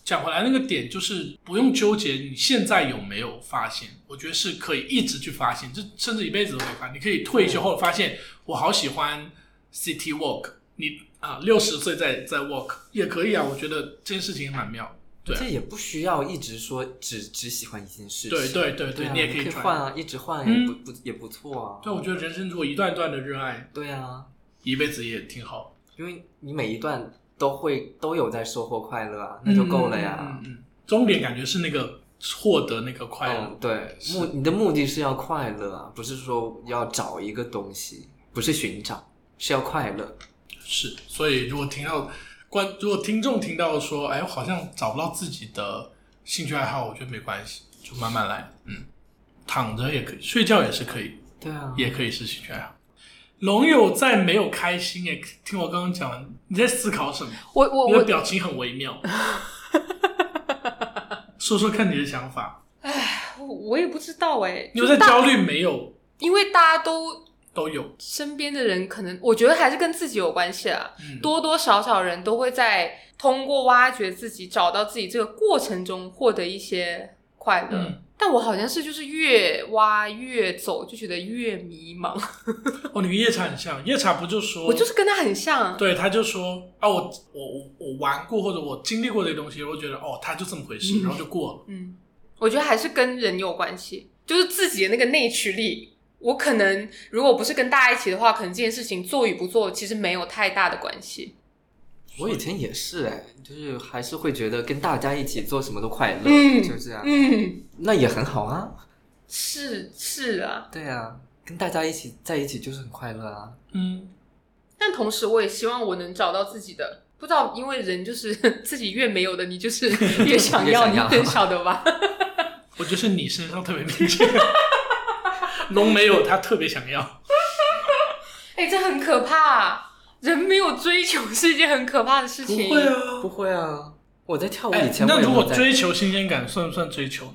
Speaker 1: 讲回来那个点就是不用纠结你现在有没有发现，我觉得是可以一直去发现，这甚至一辈子都可以发现。你可以退休后发现我好喜欢 City Walk，你啊六十岁再再 Walk 也可以啊，我觉得这件事情蛮妙。对啊
Speaker 3: 这也不需要一直说只只喜欢一件事情。
Speaker 1: 对对对
Speaker 3: 对啊，
Speaker 1: 你也可
Speaker 3: 可
Speaker 1: 以转
Speaker 3: 换啊，一直换
Speaker 1: 嗯
Speaker 3: 也不、不也不错啊。
Speaker 1: 对，我觉得人生如果一段一段的热爱，
Speaker 3: 对啊，
Speaker 1: 一辈子也挺好，
Speaker 3: 因为你每一段都会都有在收获快乐啊，那就够了呀
Speaker 1: 嗯。嗯嗯，终点感觉是那个获得那个快乐。
Speaker 3: 嗯，对，目你的目的是要快乐啊，不是说要找一个东西，不是寻找，是要快乐。
Speaker 1: 是，所以如果听到观，如果听众听到说，哎，我好像找不到自己的兴趣爱好，我觉得没关系，就慢慢来，嗯，躺着也可以，睡觉也是可以，
Speaker 3: 对啊，
Speaker 1: 也可以是兴趣爱好。龙友在没有开心耶，听我刚刚讲完，你在思考什么？
Speaker 2: 我我
Speaker 1: 你的
Speaker 2: 哦我
Speaker 1: 表情很微 妙，说说看你的想法。
Speaker 2: 我我也不知道哎、
Speaker 1: 你有在焦虑没有？
Speaker 2: 因为大家都
Speaker 1: 都有，
Speaker 2: 身边的人可能，我觉得还是跟自己有关系啊。
Speaker 1: 嗯，
Speaker 2: 多多少少人都会在通过挖掘自己、找到自己这个过程中获得一些快乐。
Speaker 1: 嗯
Speaker 2: 但我好像是就是越挖越走，就觉得越迷茫。
Speaker 1: 哦，你跟夜叉很像，夜叉不就说，
Speaker 2: 我就是跟他很像，
Speaker 1: 对，他就说啊，我我我我玩过或者我经历过这些东西，我就觉得哦，他就这么回事，
Speaker 2: 嗯
Speaker 1: 然后就过了。
Speaker 2: 嗯，我觉得还是跟人有关系，就是自己的那个内驱力。我可能如果不是跟大家一起的话，可能这件事情做与不做其实没有太大的关系。
Speaker 3: 我以前也是哎，就是还是会觉得跟大家一起做什么都快乐，
Speaker 2: 嗯
Speaker 3: 就这样，
Speaker 2: 嗯，
Speaker 3: 那也很好啊。
Speaker 2: 是是啊，
Speaker 3: 对啊，跟大家一起在一起就是很快乐啊。
Speaker 1: 嗯，
Speaker 2: 但同时我也希望我能找到自己的。不知道，因为人就是 自己越没有的，你就是 越想
Speaker 3: 越
Speaker 2: 要，
Speaker 3: 想
Speaker 2: 你
Speaker 3: 要
Speaker 2: 很晓得吧？
Speaker 1: 我觉得是你身上特别明显， 龙没有，他特别想要。
Speaker 2: 哎、这很可怕。人没有追求是一件很可怕的事
Speaker 1: 不
Speaker 2: 情。
Speaker 1: 会啊，
Speaker 3: 不会啊，我在跳舞
Speaker 1: 哎
Speaker 3: 以前、
Speaker 1: 那如果，追求新鲜感算不算追求呢？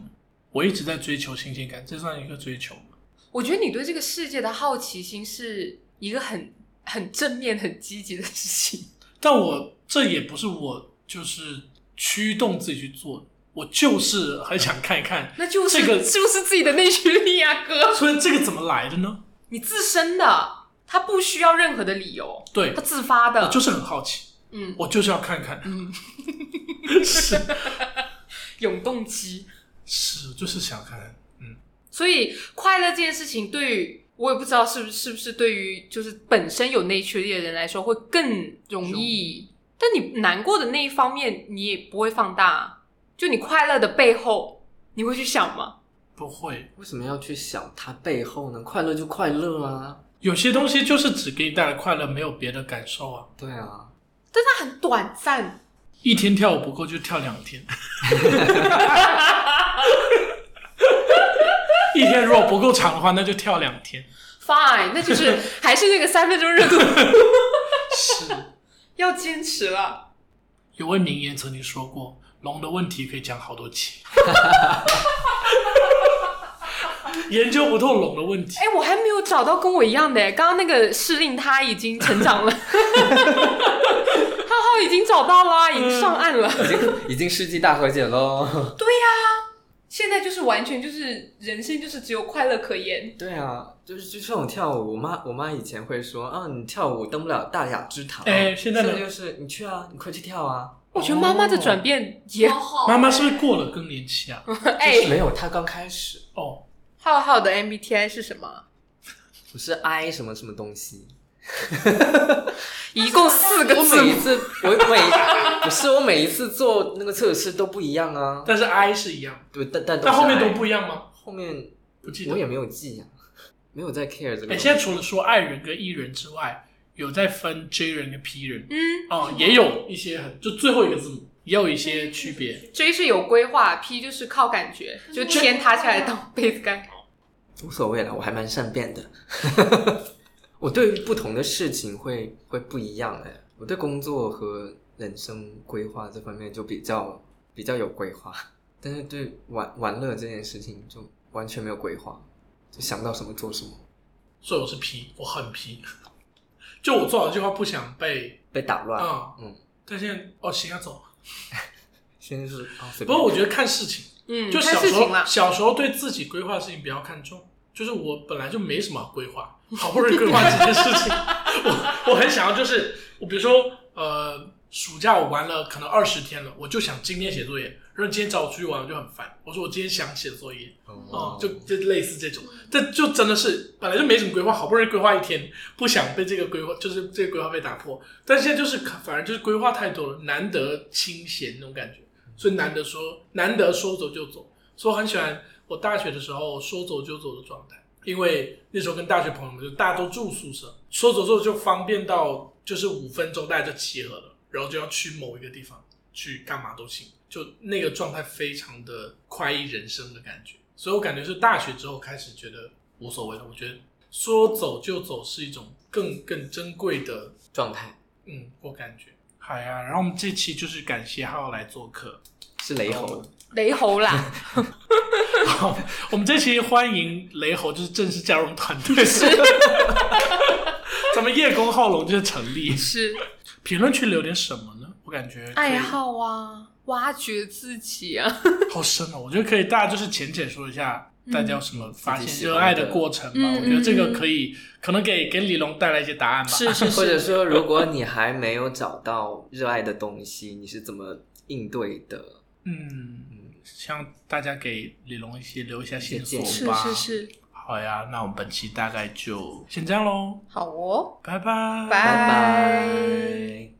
Speaker 1: 我一直在追求新鲜感，这算一个追求吗？
Speaker 2: 我觉得你对这个世界的好奇心是一个很很正面、很积极的事情。
Speaker 1: 但我这也不是我就是驱动自己去做的，我就是很想看一看，
Speaker 2: 那就是、
Speaker 1: 这个
Speaker 2: 就是自己的内驱力啊，哥，
Speaker 1: 所以这个怎么来的呢？
Speaker 2: 你自身的，他不需要任何的理由，
Speaker 1: 对
Speaker 2: 他，自发的，
Speaker 1: 我就是很好奇，
Speaker 2: 嗯
Speaker 1: 我就是要看看。
Speaker 2: 嗯，
Speaker 1: 是
Speaker 2: 永动机。
Speaker 1: 是，就是想看，嗯，
Speaker 2: 所以快乐这件事情，对于我也不知道是不是是不是对于就是本身有内驱力的人来说，会更容易。但你难过的那一方面，你也不会放大。就你快乐的背后，你会去想吗？
Speaker 1: 不会，
Speaker 3: 为什么要去想它背后呢？快乐就快乐啊，
Speaker 1: 有些东西就是只给你带来快乐，没有别的感受啊。
Speaker 3: 对啊，
Speaker 2: 但它很短暂。
Speaker 1: 一天跳舞不够就跳两天，一天如果不够长的话，那就跳两天。
Speaker 2: Fine，那就是 还是那个三分钟热度，
Speaker 1: 是，
Speaker 2: 要坚持了。
Speaker 1: 有位名言曾经说过，龙的问题可以讲好多期，研究不透龙的问题。
Speaker 2: 哎，我还没有找到跟我一样的。哎刚刚那个适令他已经成长 了，浩浩已经找到啦，已经上岸了。
Speaker 3: 已经世纪大和解 喽。
Speaker 2: 现在就是完全就是人生就是只有快乐可言。
Speaker 3: 对啊，就是就这种跳舞，我妈我妈以前会说啊，你跳舞登不了大雅之堂，
Speaker 1: 哎现在呢
Speaker 3: 就是你去啊，你快去跳啊。
Speaker 2: 我觉得妈妈的转变也、
Speaker 4: 好啊好。
Speaker 1: 妈妈是不是过了更年期啊？
Speaker 2: 哎，
Speaker 3: 没有，她刚开始，
Speaker 1: 哦，
Speaker 2: 浩浩的 MBTI 是什么？
Speaker 3: 我是 I 什么什么东西。
Speaker 2: 一共四个
Speaker 3: 我
Speaker 2: 字
Speaker 3: 每一
Speaker 2: 母，
Speaker 3: 次，我每不是我每一次做那个测试都不一样啊。
Speaker 1: 但是 I 是一样，
Speaker 3: 对，但但都
Speaker 1: 但后面
Speaker 3: 是
Speaker 1: 都
Speaker 3: I
Speaker 1: 不一样吗？
Speaker 3: 后面
Speaker 1: 不记得
Speaker 3: 我。也没有记呀、没有在 care 这个
Speaker 1: 哎，
Speaker 3: 东西。
Speaker 1: 现在除了说爱人跟 E 人之外，有在分 J 人跟 P 人
Speaker 2: 嗯
Speaker 1: 哦，也有一些很就最后一个字母也有一些区别。
Speaker 2: ，J 是有规划，P 就是靠感觉，就天塌下来当被子干。
Speaker 3: 无所谓了，我还蛮善变的。 我对于不同的事情会会不一样哎，我对工作和人生规划这方面就比较比较有规划，但是对玩玩乐这件事情就完全没有规划，就想到什么做什么，
Speaker 1: 所以我是 P，我很 P。就我做好计划不想被
Speaker 3: 被打乱。
Speaker 1: 啊，
Speaker 3: 嗯，
Speaker 1: 但现在哦行啊走。
Speaker 3: 现在就是啊，
Speaker 1: 不
Speaker 3: 随便
Speaker 1: 过我觉得看事情，
Speaker 2: 嗯，
Speaker 1: 就
Speaker 2: 看
Speaker 1: 小
Speaker 2: 事
Speaker 1: 时候
Speaker 2: 情啦。
Speaker 1: 小时候对自己规划的事情比较看重，就是我本来就没什么规划，好不容易规划这件事情，我我很想要就是我比如说呃暑假我玩了可能二十天了，我就想今天写作业，然后今天找我出去玩我就很烦，我说我今天想写作业，
Speaker 3: 嗯
Speaker 1: 哦、就就类似这种，这就真的是本来就没什么规划，好不容易规划一天，不想被这个规划就是这个规划被打破，但现在就是反而就是规划太多了，难得清闲那种感觉，所以难得说难得说走就走，所以我很喜欢我大学的时候说走就走的状态，因为那时候跟大学朋友们就大家都住宿舍，说走就走就方便到就是五分钟大家就集合了，然后就要去某一个地方去干嘛都行，就那个状态非常的快意人生的感觉，所以我感觉是大学之后开始觉得无所谓了，我觉得说走就走是一种更更珍贵的
Speaker 3: 状态
Speaker 1: 嗯我感觉。好呀，然后我们这期就是感谢浩来做客，
Speaker 3: 是雷猴，
Speaker 2: 雷猴 啦，
Speaker 1: 好，我们这期欢迎雷猴，就是正式加入我们团队，咱们叶公好龙就是成立。
Speaker 2: 是
Speaker 1: 评论区留点什么呢？我感觉可以
Speaker 2: 爱好啊，挖掘自己啊，
Speaker 1: 好深哦，我觉得可以，大家就是浅浅说一下。大家有什么发
Speaker 3: 自己
Speaker 1: 现
Speaker 3: 喜欢
Speaker 1: 热爱的过程吗？
Speaker 2: 嗯
Speaker 1: 我觉得这个
Speaker 2: 嗯嗯
Speaker 1: 可以，可能给给李龙带来一些答案吧。
Speaker 2: 是是
Speaker 3: 或者
Speaker 2: 是，
Speaker 3: 说如果你还没有找到热爱的东西，你是怎么应对的？
Speaker 1: 嗯，
Speaker 3: 嗯，
Speaker 1: 希望大家给李龙一些留一下线索
Speaker 3: 一些
Speaker 2: 是
Speaker 1: 吧。
Speaker 2: 是是，
Speaker 1: 好呀，那我们本期大概就先这样喽，
Speaker 2: 好哦，
Speaker 1: 拜拜，
Speaker 2: 拜
Speaker 3: 拜拜。